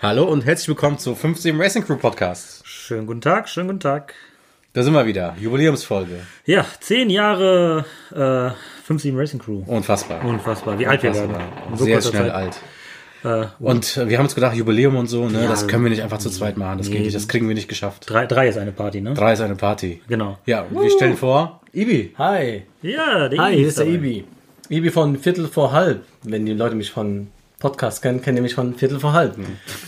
Hallo und herzlich willkommen zu 15 Racing Crew Podcast. Schönen guten Tag, schönen guten Tag. Da sind wir wieder. Jubiläumsfolge. Ja, zehn Jahre äh, 57 Racing Crew. Unfassbar. Unfassbar, wie alt wir werden. Unfassbar. In so Sehr kurzer schnell Zeit. alt. Äh, Und äh, wir haben uns gedacht, Jubiläum und so, ne, Ja. das können wir nicht einfach zu zweit machen. Das, geht Nee. nicht, das kriegen wir nicht geschafft. drei, drei ist eine Party, ne? Drei ist eine Party. Genau. Ja, und wir stellen vor, Ibi. Hi. Ja, der Hi, Ibi hier ist der dabei. Ibi. Ibi von Viertel vor halb. Wenn die Leute mich von Podcast kennen, kennen die mich von Viertel vor halb.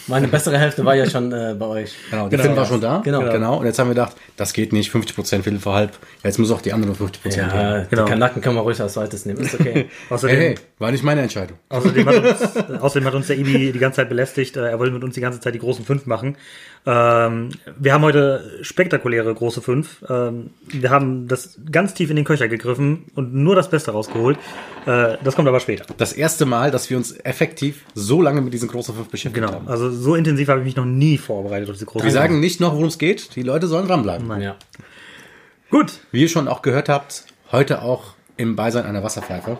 Meine bessere Hälfte war ja schon äh, bei euch. Mhm. Genau, der Film war schon da. Genau. genau. Und jetzt haben wir gedacht, das geht nicht, 50% Viertel vor halb. Jetzt muss auch die anderen 50% gehen. Ja, Genau. die Kanaken können wir ruhig als zweites nehmen. Ist okay. Außerdem, Hey, hey, war nicht meine Entscheidung. Außerdem, hat uns, äh, außerdem hat uns der Ibi die ganze Zeit belästigt. Äh, er wollte mit uns die ganze Zeit die großen Fünf machen. Ähm, wir haben heute spektakuläre große Fünf. Ähm, wir haben das ganz tief in den Köcher gegriffen und nur das Beste rausgeholt. Äh, das kommt aber später. Das erste Mal, dass wir uns effektiv so lange mit diesen großen fünf beschäftigt Genau. haben. Also so intensiv habe ich mich noch nie vorbereitet auf diese großen Wir sagen nicht noch, worum es geht. Die Leute sollen dranbleiben. ja. Gut. Wie ihr schon auch gehört habt, heute auch im Beisein einer Wasserpfeife.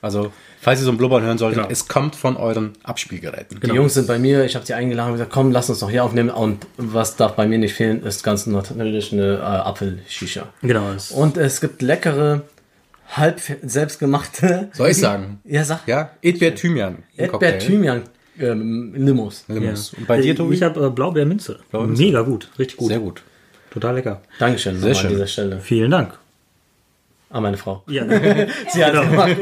Also, falls ihr so ein Blubbern hören solltet, Genau. es kommt von euren Abspielgeräten. Die Jungs sind bei mir, ich habe sie eingeladen und gesagt, komm, lass uns doch hier aufnehmen. Und was darf bei mir nicht fehlen, ist ganz natürlich eine äh, Apfelschisha. Genau. es- Und es gibt leckere, halb selbstgemachte, Soll ich sagen? ja sag, Ja, Edbär Thymian. im Cocktail. ähm, Erdbeer-Thymian-Limos. Limous. Und bei dir, Äh, Ich Tobi? habe äh, Blaubeerminze. Mega gut. Richtig gut. Sehr gut. Total lecker. Dankeschön nochmal schön. an dieser Stelle. Vielen Dank. An meine Frau. Ja, danke. Sie hat Genau. gemacht.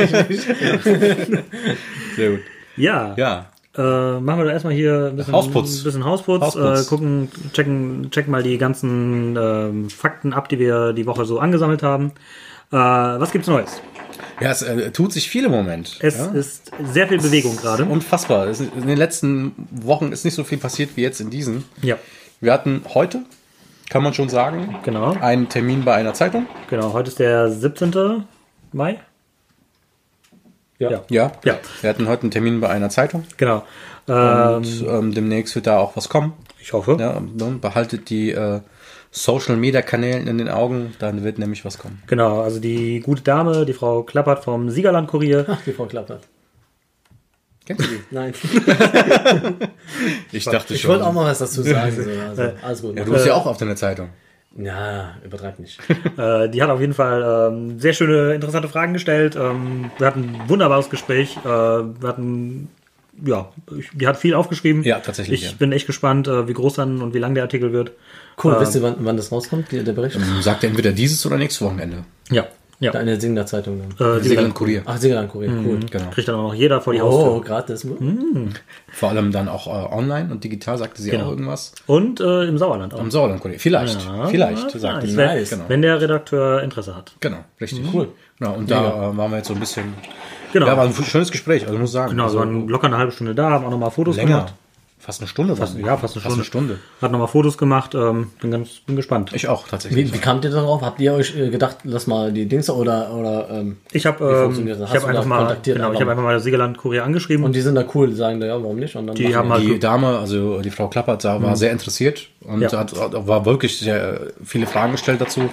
Sehr gut. ja. Ja, Äh, machen wir doch erstmal hier ein bisschen Hausputz. Bisschen Hausputz, Hausputz. Äh, gucken, checken, checken mal die ganzen ähm, Fakten ab, die wir die Woche so angesammelt haben. Äh, was gibt's Neues? ja es äh, tut sich viel im Moment. Es ja? ist sehr viel Bewegung gerade. Unfassbar. Es, in den letzten Wochen ist nicht so viel passiert wie jetzt in diesen. Ja, Wir hatten heute, kann man schon sagen, genau. einen Termin bei einer Zeitung. Genau. Heute ist der 17. Mai. Ja. Ja, Ja. wir hatten heute einen Termin bei einer Zeitung. Genau. Ähm, Und ähm, demnächst wird da auch was kommen. ich hoffe. Ja, ne, behaltet die äh, Social Media Kanälen in den Augen, dann wird nämlich was kommen. Genau, also die gute Dame, die Frau Klappert vom Siegerland Kurier. Ach, die Frau klappert. Kennst du die? Nein. Ich dachte Ich wollte auch mal was dazu sagen. So. Also, alles gut. Ja, du bist ja auch auf deiner Zeitung. Ja, übertreib nicht. Äh, die hat auf jeden Fall ähm, sehr schöne, interessante Fragen gestellt. Ähm, wir hatten ein wunderbares Gespräch. Äh, wir hatten, ja, ich, die hat viel aufgeschrieben. Ja, tatsächlich, Ich ja. bin echt gespannt, äh, wie groß dann und wie lang der Artikel wird. Cool, wisst ihr, wann, wann das rauskommt, die- der Bericht? Sagt er entweder dieses oder nächstes Wochenende. Ja, ja. Da in der Singner Zeitung dann. Äh, die Siegerland Kurier. Ach, Singner Kurier, cool. Genau. kriegt dann auch noch jeder vor die Oh, Haustür. gratis. Vor allem dann auch äh, online und digital sagte sie auch irgendwas. Und äh, im Sauerland auch. Am Sauerland Kurier. Vielleicht. Ja, vielleicht, ja, sagte nice. sie. Wenn- Nice. Genau. Wenn der Redakteur Interesse hat. Genau, richtig. Cool. Genau, und da äh, waren wir jetzt so ein bisschen. Genau. Ja, war ein schönes Gespräch, also muss ich sagen. Genau, wir also, waren locker eine halbe Stunde da, haben auch nochmal Fotos länger. gemacht. Fast eine Stunde. Fast, Ja, fast eine Stunde. Fast eine Stunde. Hat nochmal Fotos gemacht. Ähm, bin ganz bin gespannt. Ich auch, tatsächlich. Wie, wie kamt ihr darauf? Habt ihr euch äh, gedacht, lass mal die Dings oder, oder ähm, Ich habe ähm, funktioniert das? ich hab Hast du einfach da mal kontaktiert genau, ich einfach habe einfach mal Siegerland Kurier angeschrieben und die sind da cool, die sagen da, ja, warum nicht? Und dann Die machen haben wir. mal Die Dame, also die Frau Klappert, da war sehr interessiert und Ja. hat, hat, war wirklich sehr, äh, viele Fragen gestellt dazu.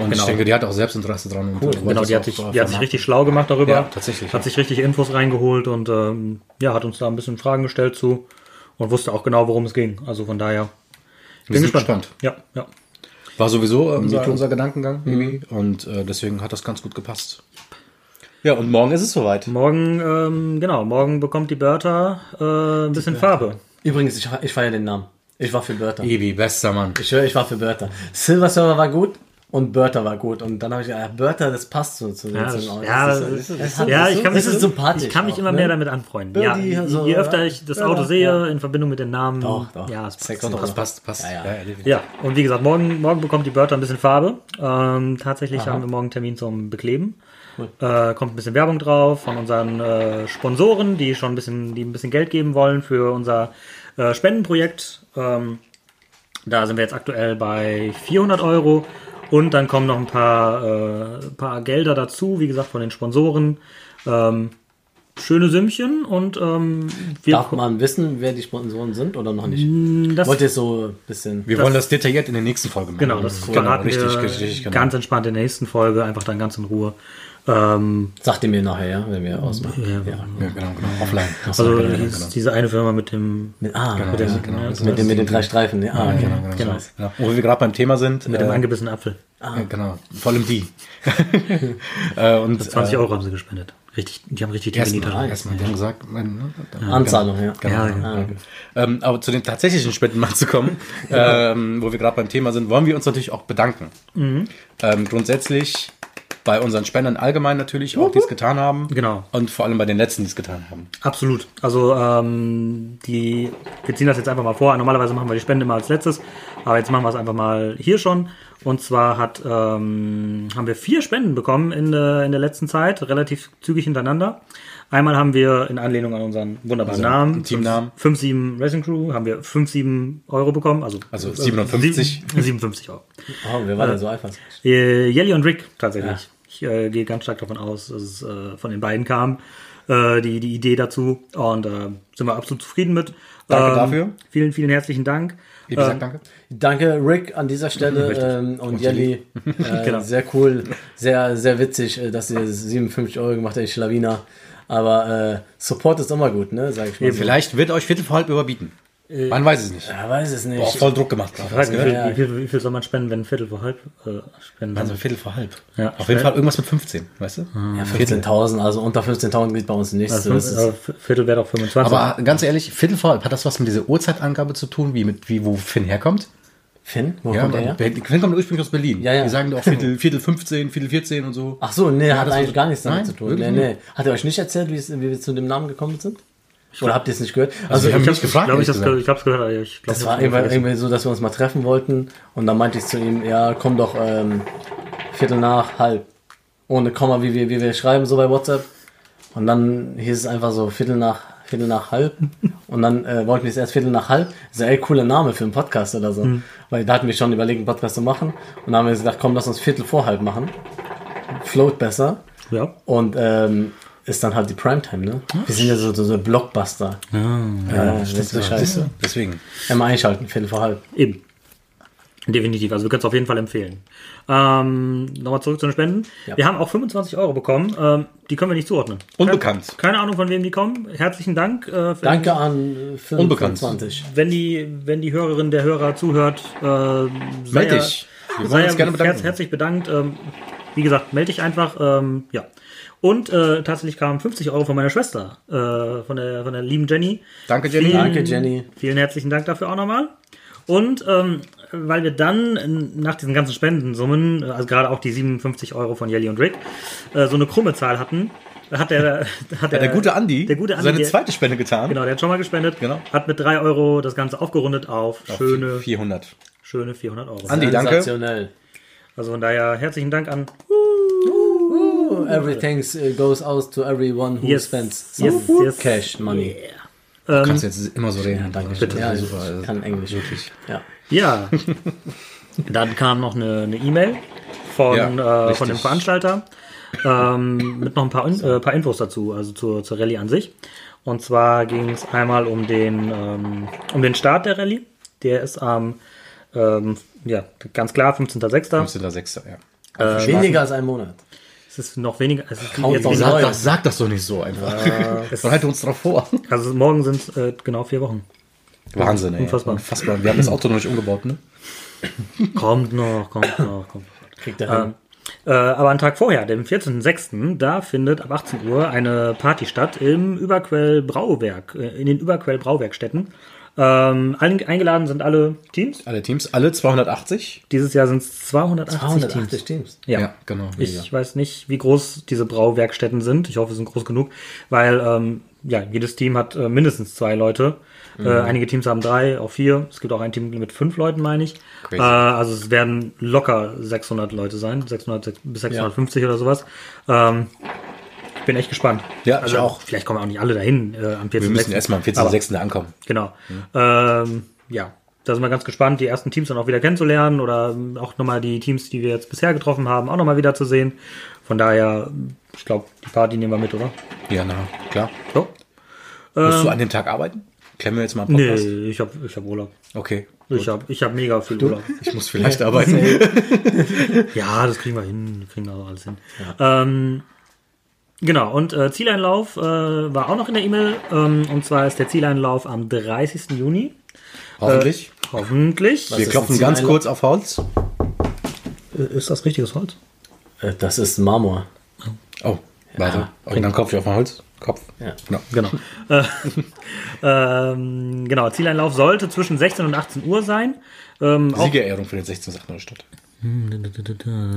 Und ich denke, die hat auch selbst Interesse dran. Und wollte genau, das die hat auch, sich äh, die hat sich vermarkten. richtig schlau gemacht darüber. Ja, tatsächlich, Hat ja. sich richtig Infos reingeholt und ähm, ja, hat uns da ein bisschen Fragen gestellt zu und wusste auch genau, worum es ging. Also von daher Wir sind gespannt. Ja, ja. War sowieso äh, unser, unser Gedankengang. irgendwie. Und äh, deswegen hat das ganz gut gepasst. Ja, und morgen ist es soweit. Morgen ähm, genau, morgen bekommt die Bertha äh, ein bisschen Farbe. Übrigens, ich, ich feiere den Namen. Ich war für Börter. Ebi, bester Mann. Ich höre, ich war für Börter. Silver Server war gut und Börter war gut. Und dann habe ich gedacht, Börter, das passt so zu Ja, den das- Song. ja, Das das- das hat- ja, das ich kann das mich- ist sympathisch. Ich kann mich auch, immer ne? mehr damit anfreunden. Ja, Birdie, je, so, je öfter ja. ich das Ja, Auto ja. sehe in Verbindung mit den Namen, Doch, doch. ja, es passt. Sex passt. und Das passt, passt. Ja, ja. definitiv. Ja, und wie gesagt, morgen, morgen bekommt die Börter ein bisschen Farbe. Ähm, tatsächlich haben wir morgen einen Termin zum Bekleben. Äh, kommt ein bisschen Werbung drauf von unseren äh, Sponsoren, die schon ein bisschen, die ein bisschen Geld geben wollen für unser äh, Spendenprojekt. Ähm, da sind wir jetzt aktuell bei 400 Euro. Und dann kommen noch ein paar, äh, paar Gelder dazu, wie gesagt, von den Sponsoren. Ähm, schöne Sümmchen und ähm, wir Darf man wissen, wer die Sponsoren sind oder noch Mm. nicht? das Wollt ihr so ein bisschen. Wir wollen das detailliert in der nächsten Folge machen. Genau, das verraten Mhm. richtig, wir richtig, genau. ganz entspannt in der nächsten Folge, einfach dann ganz in Ruhe. Ähm, Sagt ihr mir nachher, ja, wenn wir ausmachen. ja, Mm. Ja, genau, genau. Offline. Also genau, hieß genau. diese eine Firma mit dem Mit, ah, Genau, mit, dem, ja, genau. mit Das dem- mit, ist- dem, mit den drei Streifen. Ja, ah, Genau, genau, Äh, genau. genau. Und wo wir gerade beim Thema sind. mit dem angebissenen Apfel. äh, genau, vor allem die. äh, und, 20 Euro haben sie gespendet. Richtig, die haben richtig Geld in die Erstmal, Tasche. erstmal, die haben gesagt, mein, ne, da- Anzahlung, ja. genau. Ja, ja. Ah, okay. Ähm, aber zu den tatsächlichen Spenden mal zu kommen, ähm, wo wir gerade beim Thema sind, wollen wir uns natürlich auch bedanken. Mhm. Ähm, grundsätzlich bei unseren Spendern allgemein natürlich, auch die es getan haben. Genau. Und vor allem bei den letzten, die es getan haben. Absolut. Also ähm, die, wir ziehen das jetzt einfach mal vor. Normalerweise machen wir die Spende immer als letztes, aber jetzt machen wir es einfach mal hier schon. Und zwar hat, ähm, haben wir vier Spenden bekommen in der, in der letzten Zeit, relativ zügig hintereinander. Einmal haben wir in Anlehnung an unseren wunderbaren Also, Namen, Teamnamen. 57 Racing Crew, haben wir 57 Euro bekommen. Also, Also 57. sieb- 57 Euro. Oh, wer war denn so eifersüchtig? Äh, Jelly und Rick tatsächlich. Ich äh, gehe ganz stark davon aus, dass es äh, von den beiden kam, äh, die, die Idee dazu. Und äh, sind wir absolut zufrieden mit. Ähm, Danke dafür. Vielen, vielen herzlichen Dank. Wie gesagt, danke. Danke, Rick, an dieser Stelle ähm, und Jelly. Äh, Genau. Sehr cool, sehr, sehr witzig, äh, dass ihr 57 Euro gemacht habt, ich Schlawiner. Aber äh, Support ist immer gut, ne? Sag ich mal. so. Vielleicht wird euch Viertel vor halb überbieten. Man weiß es nicht. Ja, weiß es nicht. Boah, voll Druck gemacht. Äh. Frag gerade. mich, wie, ja. viel, wie, viel, wie viel soll man spenden, wenn ein Viertel vor halb äh, spenden? Also Viertel vor halb. Ja. Auf jeden Fall irgendwas mit 15, weißt du? Ja, 14.000, also unter 15.000 geht bei uns nichts. Also das fünf, ist, äh, Viertel wäre doch 25. Aber ganz ehrlich, Viertel vor halb, hat das was mit dieser Uhrzeitangabe zu tun, wie, mit, wie wo Finn herkommt? Finn, wo Ja, kommt der her? Finn Finn kommt ursprünglich aus Berlin. Ja, ja. Die sagen doch Viertel, Viertel 15, Viertel 14 und so. Ach so, nee, hat das eigentlich ist- gar nichts damit Nein, zu tun. wirklich Nee, nee. Hat er euch nicht erzählt, wie, es, wie wir zu dem Namen gekommen sind? Oder habt ihr es nicht gehört? Also, wir haben ich mich hab's- gefragt, Glaub, ich ehrlich habe gesagt. es gehört. aber Ich glaub, das ich war hab's irgendwie, vergessen. irgendwie so, dass wir uns mal treffen wollten und dann meinte ich zu ihm, ja, komm doch ähm, Viertel nach, halb. Ohne Komma, wie wir, wie wir schreiben, so bei WhatsApp. Und dann hieß es einfach so Viertel nach, Viertel nach halb. Und dann äh, wollten wir es erst Viertel nach halb. Ich So, ey, cooler Name für einen Podcast oder so. Hm. Weil da hatten wir schon überlegt, einen Podcast zu machen. Und dann haben wir gesagt, komm, lass uns Viertel vor halb machen. Float besser. Ja. Und ähm, ist dann halt die Primetime, ne? Wir sind ja so, so, so Blockbuster. Ja, das ist so scheiße. Deswegen. Immer einschalten, Viertel vor halb. Eben. Definitiv. Also wir können es auf jeden Fall empfehlen. Ähm, Nochmal zurück zu den Spenden. Ja. Wir haben auch 25 Euro bekommen. Ähm, die können wir nicht zuordnen. Unbekannt. Keine Ahnung, von wem die kommen. Herzlichen Dank. Äh, für- Danke an äh, Unbekannt. 25. Wenn die, wenn die Hörerin der Hörer zuhört, äh, sei Meld er- dich. Wir sei wollen er uns gerne herz, bedanken. herzlich bedankt. Ähm, wie gesagt, melde dich einfach. Ähm, ja. Und äh, tatsächlich kamen 50 Euro von meiner Schwester, äh, von, der, von der lieben Jenny. Danke, Jenny. Vielen- Danke, Jenny. Vielen herzlichen Dank dafür auch nochmal. Und ähm, weil wir dann äh, nach diesen ganzen Spendensummen, äh, also gerade auch die 57 Euro von Jelly und Rick, äh, so eine krumme Zahl hatten, hat der, hat der, Der gute Andi, der gute Andi seine der- zweite Spende getan. Genau, der hat schon mal gespendet, Genau. hat mit 3 Euro das Ganze aufgerundet auf Auf schöne, 400. schöne 400 Euro. Andi, danke. Sensationell. Also von daher herzlichen Dank an Everything äh, goes out to everyone who Yes. spends Yes, some yes. cash money. Ähm, Kannst du jetzt immer so reden. Danke. Bitte. Ja, super, also. ich kann Englisch wirklich. Ja. Ja. Dann kam noch eine eine E-Mail von, Ja, äh, richtig. von dem Veranstalter ähm, mit noch ein paar, In äh, paar Infos dazu, also zur, zur Rallye an sich. Und zwar ging es einmal um den, ähm, um den Start der Rallye. Der ist am, ähm, ja, ganz klar, 15.06. 15.06. Ja. Weniger als ein Monat. Es ist noch weniger, es ist Kaum jetzt noch nicht Sag, Neun. das, sag das doch nicht so einfach. Bereite uns drauf vor. Also morgen sind es äh, genau vier Wochen. Wahnsinn, ey. Unfassbar. Unfassbar. Wir haben das Auto noch nicht umgebaut, ne? Kommt noch, kommt noch, kommt noch. Kriegt er hin. Äh, aber einen Tag vorher, dem 14.06., da findet ab 18 Uhr eine Party statt im Überquell Brauwerk, äh, in den Überquell Brauwerkstätten. Ähm, ein, eingeladen sind alle Teams. Alle Teams, alle 280. Dieses Jahr sind es 280, Teams. 280 Teams. Ja. genau. Ich mega. weiß nicht, wie groß diese Brauwerkstätten sind. Ich hoffe, sie sind groß genug, weil ähm, ja, jedes Team hat äh, mindestens zwei Leute. Mhm. Äh, einige Teams haben drei, auch vier. Es gibt auch ein Team mit fünf Leuten, meine ich. Äh, Crazy. also es werden locker 600 Leute sein, 600 sech- bis 650 oder sowas. Ähm, ich bin echt gespannt. Also Ja, ich auch. Vielleicht kommen wir auch nicht alle dahin äh, am 14. Wir müssen erstmal am 14.06. da ankommen. Genau. Ähm, ja, da sind wir ganz gespannt, die ersten Teams dann auch wieder kennenzulernen oder ähm, auch nochmal die Teams, die wir jetzt bisher getroffen haben, auch nochmal wieder zu sehen. Von daher, ähm, ich glaube, die Party nehmen wir mit, oder? Ja, na, klar. So? Ähm, Musst du an dem Tag arbeiten? Klemmen wir jetzt mal einen Nee, Podcast? ich habe ich hab Urlaub. Okay. Ich habe ich hab mega viel Urlaub. Ich muss vielleicht arbeiten. Ja, das kriegen wir hin. Wir kriegen da alles hin. Ähm, Genau, und äh, Zieleinlauf äh, war auch noch in der E-Mail. Ähm, und zwar ist der Zieleinlauf am 30. Juni. Hoffentlich. Hoffentlich. Wir ist klopfen ein ganz Zieleinlauf? kurz auf Holz. Ist das richtiges Holz? Äh, Das ist Marmor. Oh, warte. Und dann klopfe ich auf mein Holz. Kopf. Ja. Genau. Genau. Äh, ähm, genau, Zieleinlauf sollte zwischen 16 und 18 Uhr sein. Ähm, auch, Siegerehrung für den 16.8. statt.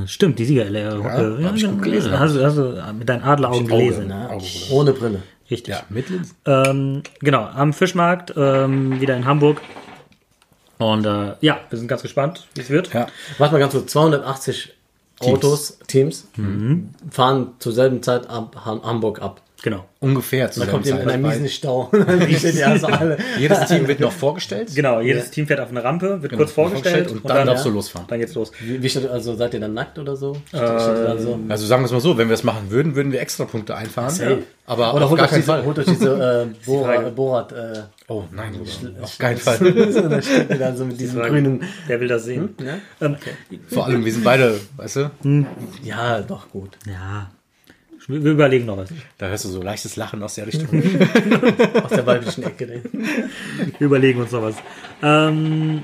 stimmt, die Siegerehrung. Ja, äh, hab ich genau, gelesen. Hast, du- hast du mit deinen Adleraugen Auge, gelesen. ne? Ja, Auge, oder? ohne Brille. Richtig. Ja, mit Linsen. Ähm, genau, am Fischmarkt, ähm, wieder in Hamburg. Und äh, ja, wir sind ganz gespannt, wie es wird. Ja. Warte mal ganz kurz, 280 Teams. Mhm. Autos, Teams, fahren zur selben Zeit ab Ham- Hamburg ab. Genau. Ungefähr Da zusammen. kommt jemand mit einem miesen Weil Stau. Dann steht die erste alle. Jedes Team wird noch vorgestellt. Genau, jedes Team fährt auf eine Rampe, Genau, wird kurz vorgestellt, Und dann darfst du ja, losfahren. Dann geht's los. Wie, wie steht, also seid ihr dann nackt oder so? Äh, Steht- steht ihr dann so? Also sagen wir es mal so, wenn wir das machen würden, würden wir extra Punkte einfahren. Safe. Aber Oder auf holt gar euch, keinen diese, Fall. holt euch diese äh, Frage. Borat, Borat äh, Oh nein, Bruder. auf keinen Fall. dann steht ihr dann so mit diesem grünen. Wer will das sehen? Hm? Ja? Ähm, Vor allem, wir sind beide, weißt du, ja, doch gut. ja. Wir wir überlegen noch was. da hörst du so leichtes Lachen aus der Richtung. Aus der weiblichen Ecke. ne? Wir überlegen uns noch was. Ähm,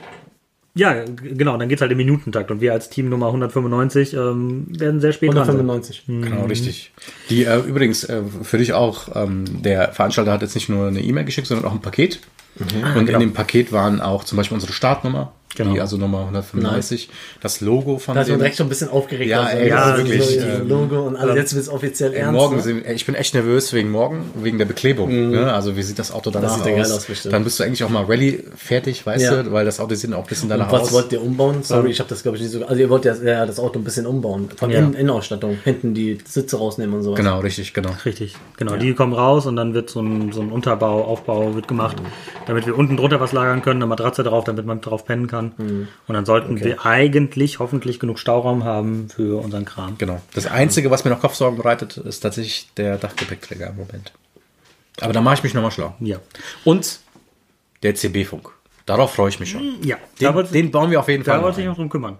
ja, g- genau, dann geht's halt im Minutentakt und wir als Team Nummer 195 ähm, werden sehr spät dran sein. 195. Genau, richtig. Die äh, übrigens äh, für dich auch, ähm, der Veranstalter hat jetzt nicht nur eine E-Mail geschickt, sondern auch ein Paket. Mhm. Ah, Und genau. in dem Paket waren auch zum Beispiel unsere Startnummer, Genau. die also Nummer 135, das Logo von Da ist man dem. direkt schon ein bisschen aufgeregt. Ja, also, ey, das ist so wirklich, dieses ähm, Logo und alles. Jetzt wird es offiziell Ey, ernst. morgen ne? Mhm. sind, ey, ich bin echt nervös wegen morgen, wegen der Beklebung. Ne? Also wie sieht das Auto danach sieht ja geil aus? aus, bestimmt. dann bist du eigentlich auch mal Rallye fertig, weißt Ja. du, weil das Auto sieht auch ein bisschen danach Was aus. wollt ihr umbauen? Sorry, ich habe das glaube ich nicht so. Also ihr wollt ja, ja das Auto ein bisschen umbauen. Von Ja. Innen- Innenausstattung. Hinten die Sitze rausnehmen und so. Genau, richtig, genau. Richtig, genau. Die kommen raus und dann wird so ein, so ein Unterbau, Aufbau wird Mhm. gemacht, damit wir unten drunter was lagern können, eine Matratze drauf, damit man drauf pennen kann. Mhm. Und dann sollten wir eigentlich hoffentlich genug Stauraum haben für unseren Kram. Genau. Das Einzige, was mir noch Kopfsorgen bereitet, ist tatsächlich der Dachgepäckträger im Moment. Aber da mache ich mich nochmal schlau. Ja. Und der CB-Funk. Darauf freue ich mich schon. Ja, da Den, wollte, den bauen wir auf jeden Fall. da noch wollte ich ein. noch drum kümmern.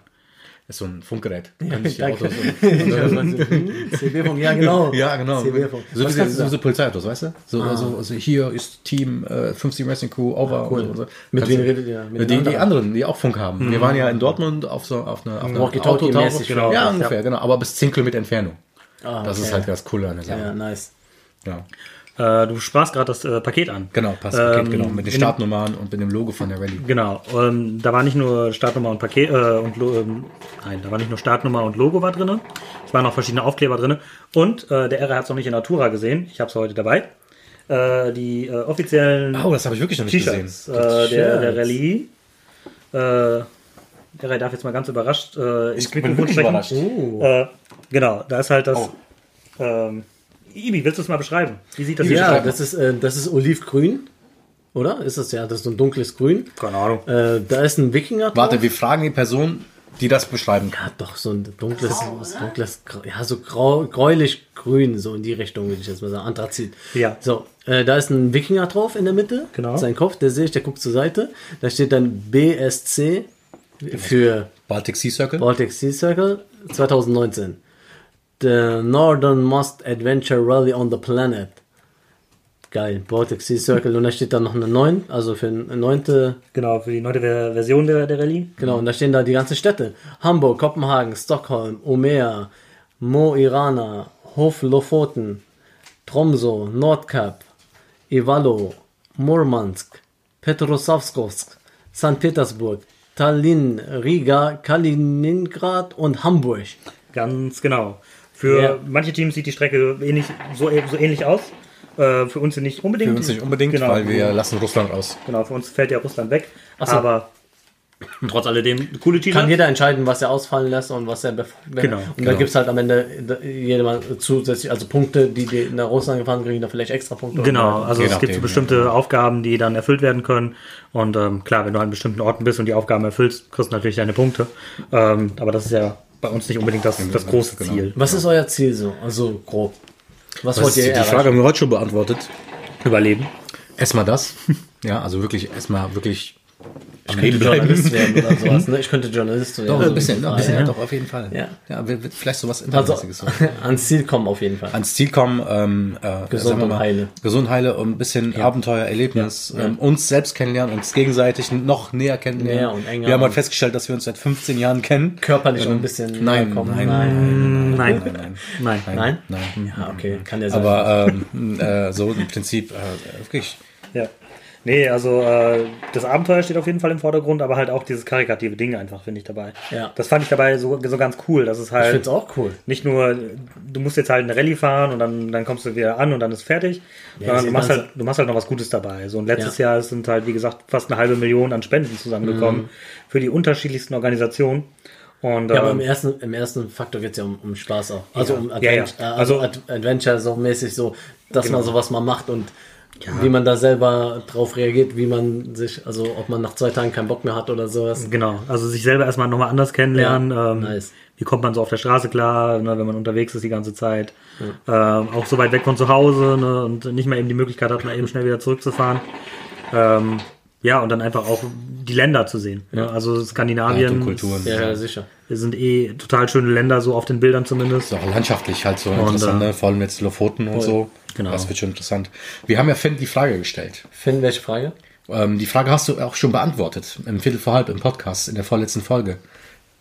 Das ist so ein Funkgerät. Kann ich die danke. Autos- CB-Funk, hm, ja genau. genau. Ja, genau. CB-Funk. So, Was wie die- kannst du so, da? so Polizeiautos, weißt du? So, also, also hier ist Team äh, 50 Racing Crew over. cool. und so. Mit Kannst wem du- redet ihr? Mit Mit den denen, die anderen, die auch Funk haben. Wir waren ja in Dortmund auf so auf einer, auf einer Walkie-talkie-mäßig, Autotaufe. genau. Ja, Ja. ungefähr, genau. Aber bis 10 Kilometer Entfernung. Ah, Das ist okay. halt ganz cool an der Sache. Ja, nice. Ja. Äh, du sprachst gerade das äh, Paket an. Genau, passt. Ähm, Paket, genau. Mit den in- Startnummern und mit dem Logo von der Rallye. Genau, ähm, da war nicht nur Startnummer und Paket äh, und Lo ähm, nein, da war nicht nur Startnummer und Logo war drin. Es waren auch verschiedene Aufkleber drin. Und äh, der R hat es noch nicht in Natura gesehen. Ich habe es heute dabei. Äh, die äh, offiziellen Oh, das habe ich wirklich noch nicht gesehen. T-Shirts äh, der, der Rallye. Äh, der R darf jetzt mal ganz überrascht äh, ins Mikrofon sprechen. Äh, genau, da ist halt das. Ähm, Ibi, willst du es mal beschreiben? Wie sieht das Ja, hier das ist, äh, das ist olivgrün. Oder? Ist das ja? Das ist so ein dunkles Grün. Keine Ahnung. Äh, da ist ein Wikinger. drauf. Genau. Warte, wir fragen die Person, die das beschreiben kann. Ja, doch, so ein dunkles, so dunkles, Grau- ja, so grau, gräulich-grün, so in die Richtung, würde ich jetzt mal sagen, Anthrazit. Ja. So, äh, da ist ein Wikinger drauf in der Mitte. Genau. Sein Kopf, der sehe ich, der guckt zur Seite. Da steht dann BSC für Baltic Sea Circle. Baltic Sea Circle 2019. The Northernmost Adventure Rally on the Planet. Geil, Baltic Sea Circle. Und da steht dann noch eine 9, also für eine neunte Genau, für die neue Ver- Version der, der Rallye. Genau, und da stehen da die ganzen Städte. Hamburg, Kopenhagen, Stockholm, Omea, Moirana, Hoflofoten, Tromso, Nordkap, Ivalo, Murmansk, Petrosavskovsk, St. Petersburg, Tallinn, Riga, Kaliningrad und Hamburg. Ganz genau. Für Ja. manche Teams sieht die Strecke ähnlich, so, so ähnlich aus. Äh, für uns nicht unbedingt. Für uns nicht unbedingt, genau, weil wir lassen Russland raus. Genau, für uns fällt ja Russland weg. so. Aber trotz alledem, coole Teams. Kann jeder entscheiden, was er ausfallen lässt und was er bef- Genau. Und Genau. dann gibt es halt am Ende jemand zusätzlich, also Punkte, die, die nach Russland gefahren kriegen, da vielleicht extra Punkte. Genau, also Je es gibt nachdem, so bestimmte Aufgaben, die dann erfüllt werden können. Und ähm, klar, wenn du an bestimmten Orten bist und die Aufgaben erfüllst, kriegst du natürlich deine Punkte. Ähm, aber das ist ja bei uns nicht unbedingt das, das große Genau. Ziel. Was ist euer Ziel so? Also grob. Was wollt ihr erreichen? haben wir heute schon beantwortet. Überleben. Erstmal das. Ja, also wirklich, erstmal wirklich Ich könnte Journalist werden oder sowas. Ne? Ich könnte Journalist werden. Doch, so ein bisschen, wie- ein bisschen, ja. doch, auf jeden Fall. Ja. wir- wir- vielleicht sowas Also Internetmäßiges. so. ans Ziel kommen auf jeden Fall. Ans Ziel kommen, ähm, äh, Gesund sagen wir und heile. Gesund, heile und ein bisschen Abenteuer, Erlebnis, Ähm, uns selbst kennenlernen, uns gegenseitig noch näher kennenlernen. Näher und enger Wir haben halt und- festgestellt, dass wir uns seit 15 Jahren kennen. Körperlich auch ein bisschen Nein, näher kommen. nein, Nein. Nein. Nein. Nein? Nein. Ja, okay, kann ja sein. Aber ähm, äh, so im Prinzip, äh, wirklich. Ja. Nee, also äh, das Abenteuer steht auf jeden Fall im Vordergrund, aber halt auch dieses karikative Ding einfach, finde ich dabei. Ja. Das fand ich dabei so, so ganz cool, dass es ich halt finde es auch cool. nicht nur, du musst jetzt halt eine Rallye fahren und dann, dann kommst du wieder an und dann ist fertig, sondern diese du machst, ganze- halt, du machst halt noch was Gutes dabei. So und letztes Ja. Mhm. Jahr sind halt, wie gesagt, fast eine halbe Million an Spenden zusammengekommen für die unterschiedlichsten Organisationen. Und, Ja, aber im ähm, ersten, im ersten Faktor geht es ja um, um Spaß auch. Also um Ja, ja. Advent, äh, Also Ad Also- Adventure so mäßig so, dass Genau. man sowas mal macht und wie man da selber drauf reagiert, wie man sich, also ob man nach zwei Tagen keinen Bock mehr hat oder sowas. Genau, also sich selber erstmal nochmal anders kennenlernen. Ja, ähm, nice. Wie kommt man so auf der Straße klar, ne, wenn man unterwegs ist die ganze Zeit? Ähm, auch so weit weg von zu Hause ne, und nicht mehr eben die Möglichkeit hat, mal eben schnell wieder zurückzufahren. Ähm, ja, und dann einfach auch die Länder zu sehen. Ne? Also Art Skandinavien und Kulturen. Ja, ja, sicher. sind eh total schöne Länder, so auf den Bildern zumindest. Ist auch landschaftlich halt so interessant, äh, ne? vor allem jetzt Lofoten und so. Genau. Das wird schon interessant. Wir haben ja Finn die Frage gestellt. Finn, welche Frage? Ähm, die Frage hast du auch schon beantwortet, im Viertel vor halb im Podcast, in der vorletzten Folge.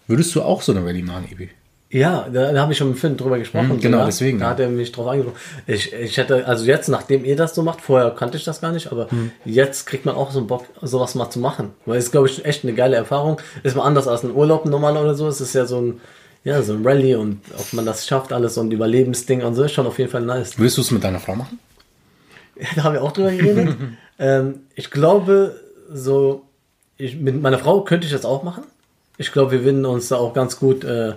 Würdest du auch so eine Rallye machen, Ibi? Ja, da, da habe ich schon mit Finn drüber gesprochen. Mhm, genau, sogar. deswegen. Da hat er mich drauf angesprochen. Ich, ich hätte, also jetzt, nachdem ihr das so macht, vorher kannte ich das gar nicht, aber Hm. jetzt kriegt man auch so einen Bock, sowas mal zu machen. Weil es, glaube ich, echt eine geile Erfahrung. Ist mal anders als ein Urlaub normal oder so. Es ist ja so ein, ja, so ein Rallye und ob man das schafft, alles und Überlebensding und so, ist schon auf jeden Fall nice. Würdest du es mit deiner Frau machen? da haben wir auch drüber geredet. ähm, ich glaube, so ich, mit meiner Frau könnte ich das auch machen. Ich glaube, wir würden uns da auch ganz gut, äh,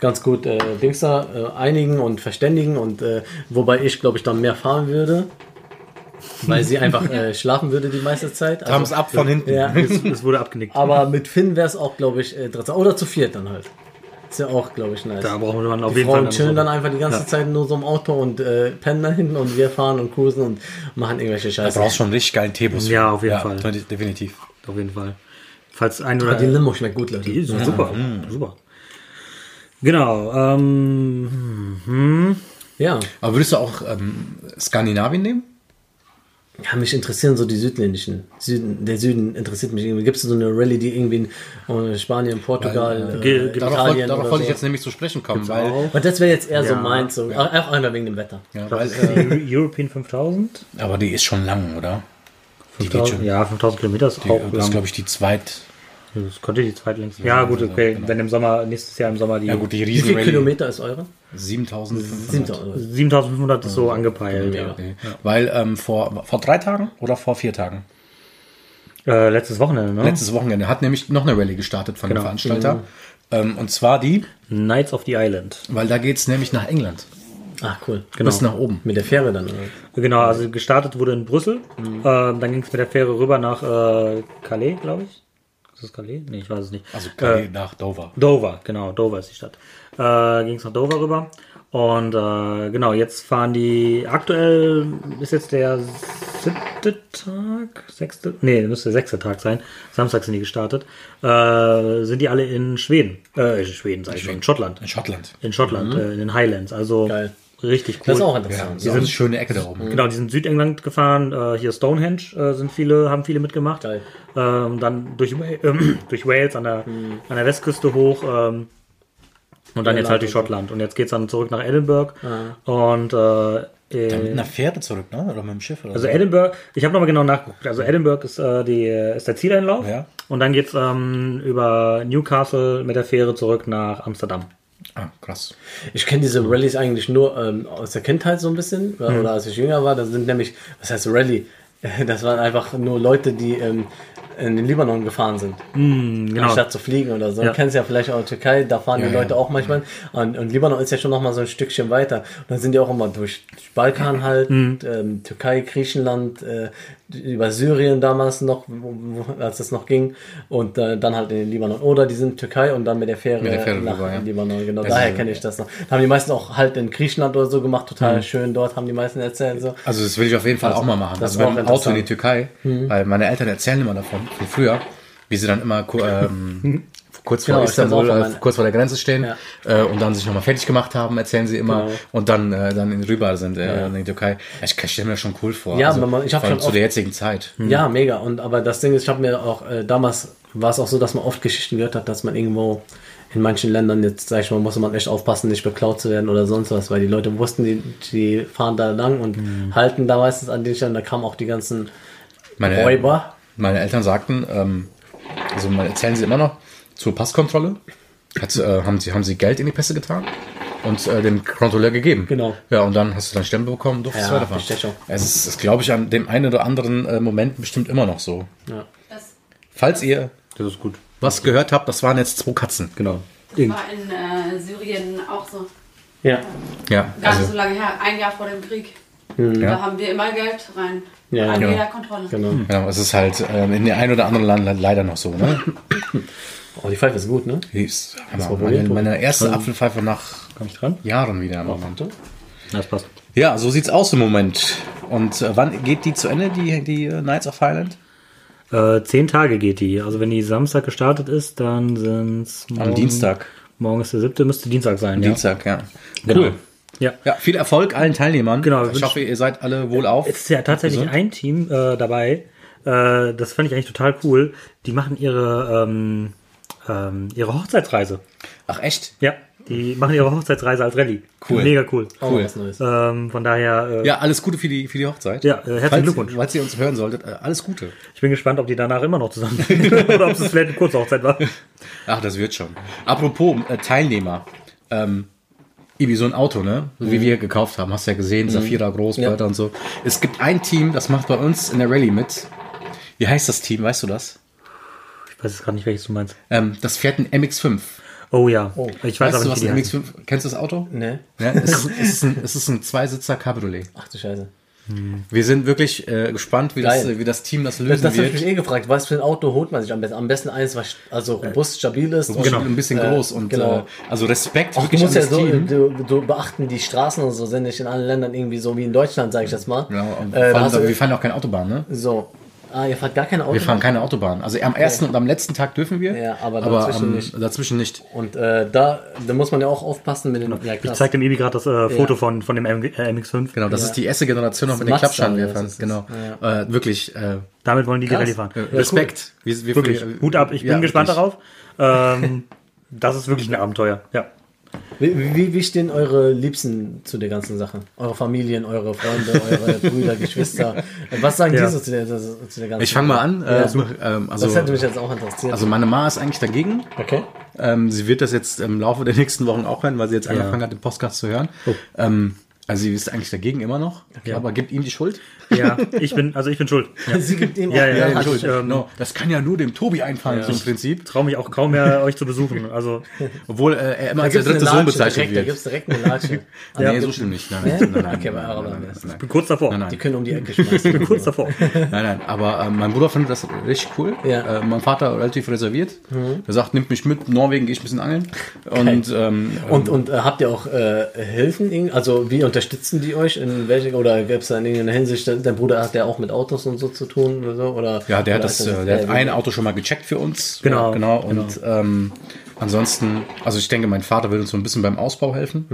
ganz gut äh, Dings da äh, einigen und verständigen und äh, wobei ich glaube ich dann mehr fahren würde, weil sie einfach äh, schlafen würde die meiste Zeit. Also, Thumbs up von hinten. Ja, Es es wurde abgenickt. aber mit Finn wäre es auch glaube ich äh, dritter oder zu viert dann halt. Ist ja auch glaube ich nice. Da brauchen wir dann auf Die jeden Frauen Fall. chillen dann einfach die ganze Ja. Zeit nur so im Auto und äh, pennen da hinten und wir fahren und cruisen und machen irgendwelche Du Scheiße. brauchst schon einen richtig geilen Teebus. Ja, auf jeden Fall. Definitiv. Auf jeden Fall. Falls ein oder Aber Äh, die Limo schmeckt gut, Leute. Die ist super, Mhm. super. Genau. Ähm, hm, Ja. Aber würdest du auch ähm, Skandinavien nehmen? ja, mich interessieren so die südländischen. Süden, der Süden interessiert mich irgendwie. Gibt es so eine Rallye, die irgendwie in äh, Spanien, Portugal, Ge- äh, ge- Darauf, wollte- Italien darauf wollte ich oder so. Genau. jetzt nämlich zu sprechen kommen, weil, auch. Aber das wäre jetzt eher so Ja. meins. So. Auch Einfach einmal wegen dem Wetter. ja, das weil ist äh, die Eu- European 5000. aber die ist schon lang, oder? Die geht 5000 schon. ja, 5000 Kilometer ist Die, auch das ist, lang. glaube ich, die zweit. Das könnte die zweitlängste. Ja, gut, okay. Wenn im Sommer, nächstes Jahr im Sommer die Ja gut, die Wie viel Riesen Kilometer ist eure? 7500. 700 Euro. 7500 ist so angepeilt. Ja. Nee. Weil ähm, vor, vor drei Tagen oder vor vier Tagen, Hm. Äh, letztes Wochenende, ne? letztes Wochenende, hat nämlich noch eine Rallye gestartet von dem Genau. Veranstalter. Ähm, und zwar die, Knights of the Island. weil da geht es nämlich nach England, Ah, cool. Genau. bis nach oben. Mit der Fähre dann. Oder? Genau, also gestartet wurde in Brüssel. Mhm. Ähm, dann ging es mit der Fähre rüber nach äh, Calais, glaube ich. Ist das Calais? Nee, ich weiß es nicht. Also Calais nach Dover. Dover, genau, Dover ist die Stadt. Äh, Ging es nach Dover rüber. Und äh, genau, jetzt fahren die, aktuell ist jetzt der siebte Tag, sechste, nee, müsste der sechste Tag sein. Samstag sind die gestartet. Äh, sind die alle in Schweden, äh, in Schweden sag ich schon, in Schottland. In Schottland. In Schottland, äh, in den Highlands. Also Mhm. Geil. richtig cool. Das ist auch Ja, interessant. das ist auch eine schöne Ecke da oben. Genau, die sind Südengland gefahren. Äh, hier Stonehenge äh, sind viele, haben viele mitgemacht. Geil. Ähm, dann durch, Wa- ähm, durch Wales an der, an der Westküste hoch. Ähm, und dann jetzt halt durch Schottland. Und jetzt geht's dann zurück nach Edinburgh. Und äh, Mit äh, einer Fähre zurück, ne? Oder mit dem Schiff oder also so. Edinburgh, ich habe nochmal genau nachgeguckt. Also Edinburgh ist, äh, die, ist der Zieleinlauf. Ja. Und dann geht's ähm, über Newcastle mit der Fähre zurück nach Amsterdam. Ah, krass. Ich kenne diese Rallyes eigentlich nur ähm, aus der Kindheit so ein bisschen, äh, oder oder als ich jünger war. Da sind nämlich, was heißt Rallye? Das waren einfach nur Leute, die ähm, in den Libanon gefahren sind, Genau. anstatt zu fliegen oder so. Ja. Du kennst ja vielleicht auch Türkei, da fahren die ja. Leute auch manchmal. Und, und Libanon ist ja schon nochmal so ein Stückchen weiter. Und dann sind die auch immer durch Balkan halt, Mhm. ähm, Türkei, Griechenland, äh, über Syrien damals noch, wo, wo, als es noch ging. Und äh, dann halt in den Libanon. Oder die sind Türkei und dann mit der Fähre, Mit der Fähre nach rüber, ja. Also, äh, Libanon. Genau, Das daher ist- kenne ich das noch. Da haben die meisten auch halt in Griechenland oder so gemacht, Mhm. total schön dort, haben die meisten erzählt. So. Also das will ich auf jeden Fall auch mal machen. das Also war mit auch Mhm. dem Auto in die interessant. Türkei, weil meine Eltern erzählen immer davon, von früher. wie sie dann immer ku- ähm, kurz vor Genau, ich Istanbul, weiß auch, äh, meine- kurz vor der Grenze stehen äh, und dann sich nochmal fertig gemacht haben, erzählen sie Genau. immer und dann, äh, dann in- rüber sind äh, in die Türkei. Ja, Ich, ich stelle mir das schon cool vor. Also Ja, wenn man- ich hab vor allem schon zu oft- der jetzigen Zeit. Ja, mega. Und aber das Ding ist, ich habe mir auch äh, damals war es auch so, dass man oft Geschichten gehört hat, dass man irgendwo in manchen Ländern jetzt, sag ich mal, musste man echt aufpassen, nicht beklaut zu werden oder sonst was, weil die Leute wussten, die, die fahren da lang und Hm. halten da meistens an den Stellen. Da kamen auch die ganzen Meine, Räuber. Meine Eltern sagten, ähm, also mal erzählen sie immer noch, zur Passkontrolle hat, äh, haben, sie, haben sie Geld in die Pässe getan und äh, dem Kontrolleur gegeben. Genau. Ja, und dann hast du deinen Stempel bekommen, durftest Ja, du weiterfahren. verstehe schon. Es ist, ist glaube ich, an dem einen oder anderen äh, Moment bestimmt immer noch so. Das, Falls ihr Das ist gut. was gehört habt, das waren jetzt zwei Katzen. Genau. das war in äh, Syrien auch so. Ja, Ja, Gar nicht also, so lange her, ein Jahr vor dem Krieg. Da haben wir immer Geld rein. Hm, Ja, An genau. jeder Kontrolle. genau. genau, es ist halt ähm, in dem einen oder anderen Land leider noch so. Ne? Oh, die Pfeife ist gut, ne? Die ist- war meine, wohl- meine erste Apfelpfeife nach Komm ich dran? Jahren wieder im Moment. Ja, das passt. Ja, so sieht's aus im Moment. Und äh, wann geht die zu Ende, die, die äh, Knights of Highland? Äh, zehn Tage geht die. Also wenn die Samstag gestartet ist, dann sind es Am Dienstag. Morgen ist der siebte, müsste Dienstag sein. Ähm, Ja. Dienstag, ja. Genau. Cool. Ja. Ja, viel Erfolg allen Teilnehmern. Genau, wir ich hoffe, ihr seid alle wohlauf. Es ist ja tatsächlich Gesund. ein Team äh, dabei. Äh, das fand ich eigentlich total cool. Die machen ihre, ähm, ähm, ihre Hochzeitsreise. Ach echt? Ja, die machen ihre Hochzeitsreise als Rallye. Cool. Mega cool. Auch Cool. was Neues. Ähm, von daher, äh, Ja, alles Gute für die, für die Hochzeit. Ja, äh, herzlichen falls, Glückwunsch. Falls ihr uns hören solltet, äh, alles Gute. ich bin gespannt, ob die danach immer noch zusammen sind. Oder ob es vielleicht eine kurze Hochzeit war. Ach, das wird schon. Apropos äh, Teilnehmer. Ähm, Ibi, so ein Auto, ne? So Mhm. Wie wir gekauft haben, hast du ja gesehen, Safira Groß, Börter und so. Es gibt ein Team, das macht bei uns in der Rallye mit. Wie heißt das Team, weißt du das? Ich weiß jetzt gerade nicht, welches du meinst. Ähm, das fährt ein MX-5. Oh ja. Ich weiß weißt aber du, nicht, was wie die ein heißen. MX-5 Kennst du das Auto? Ne? Ja, es, ist- es, ist ein, es ist ein Zweisitzer Cabriolet. Ach du Scheiße. Wir sind wirklich äh, gespannt, wie das, Geil. wie das Team das Das, lösen das habe ich mich wird. eh gefragt. Was für ein Auto holt man sich am besten? Am besten eins, was also Äh, robust, stabil ist. und- Genau. Ein bisschen groß und genau. äh, also Respekt Ach, du wirklich musst an ja das so Team. du, du beachten, die Straßen und so sind nicht in allen Ländern irgendwie so wie in Deutschland, sage ich jetzt mal. Genau, und äh, vor da allem, hast du, wir fahren auch keine Autobahn, ne? so. Ah, ihr fahrt gar kein Auto. Wir fahren keine Autobahn. Also am ersten und am letzten Tag dürfen wir, Ja, aber dazwischen am- nicht. dazwischen nicht. und äh, da, da muss man ja auch aufpassen mit den. Ja, Ich krass. zeig dem Ebi gerade das äh, Foto von, von dem M- äh, MX5. Genau, das ist die erste Generation noch mit den Mazda, Klappscheinwerfern. das ist- Genau, äh, wirklich äh, Damit wollen die die Rallye fahren. äh, Respekt. Wir, wir Wirklich, Hut ab, ich bin ja, gespannt wirklich. darauf. Ähm, das ist wirklich ein Abenteuer. Ja. Wie, wie- wie, wie stehen eure Liebsten zu der ganzen Sache? Eure Familien, eure Freunde, eure Brüder, Geschwister. Was sagen Ja. die so zu der, das- zu der ganzen Ich fange mal an. Ja. Äh, ähm, also, das hätte mich jetzt auch interessiert. also meine Ma ist eigentlich dagegen. okay. Ähm, sie wird das jetzt im Laufe der nächsten Wochen auch hören, weil sie jetzt angefangen hat, den Podcast zu hören. Oh. Ähm, also sie ist eigentlich dagegen immer noch, aber gibt ihm die Schuld. ja, ich bin, also ich bin schuld. Ja. Sie gibt ihm Ja, ja, auch Ja, ja, die hat- Schuld. ähm, no, das kann ja nur dem Tobi einfallen, so im Prinzip. Traue mich auch kaum mehr, euch zu besuchen. Also, Obwohl äh, er immer Da als der gibt's eine dritte Sohn Latsche bezeichnet direkt, Da wird. gibt's direkt eine Latsche. Ah, nee, so stimmt nicht. Nein, nein, nein, nein, Okay, nein, aber- nein, nein, nein, nein. kurz davor. nein. Die können um die Ecke schmeißen. Kurz davor. Nein, nein, aber äh, mein Bruder findet das richtig cool. Ja. Mhm. Äh, mein Vater relativ reserviert. Er sagt, nimmt mich mit, Norwegen gehe ich ein bisschen angeln. Und ähm, Und, und äh, habt ihr auch äh, Hilfen? irgend- Also wie unterstützen die euch? In welche, oder gäbe es da in irgendeiner Hinsicht, dein Bruder hat ja auch mit Autos und so zu tun oder so? Oder, Ja, der oder hat das, ist äh, der hat äh, ein Auto schon mal gecheckt für uns. Genau. Ja, genau. Und Ähm, ansonsten, also ich denke, mein Vater will uns so ein bisschen beim Ausbau helfen.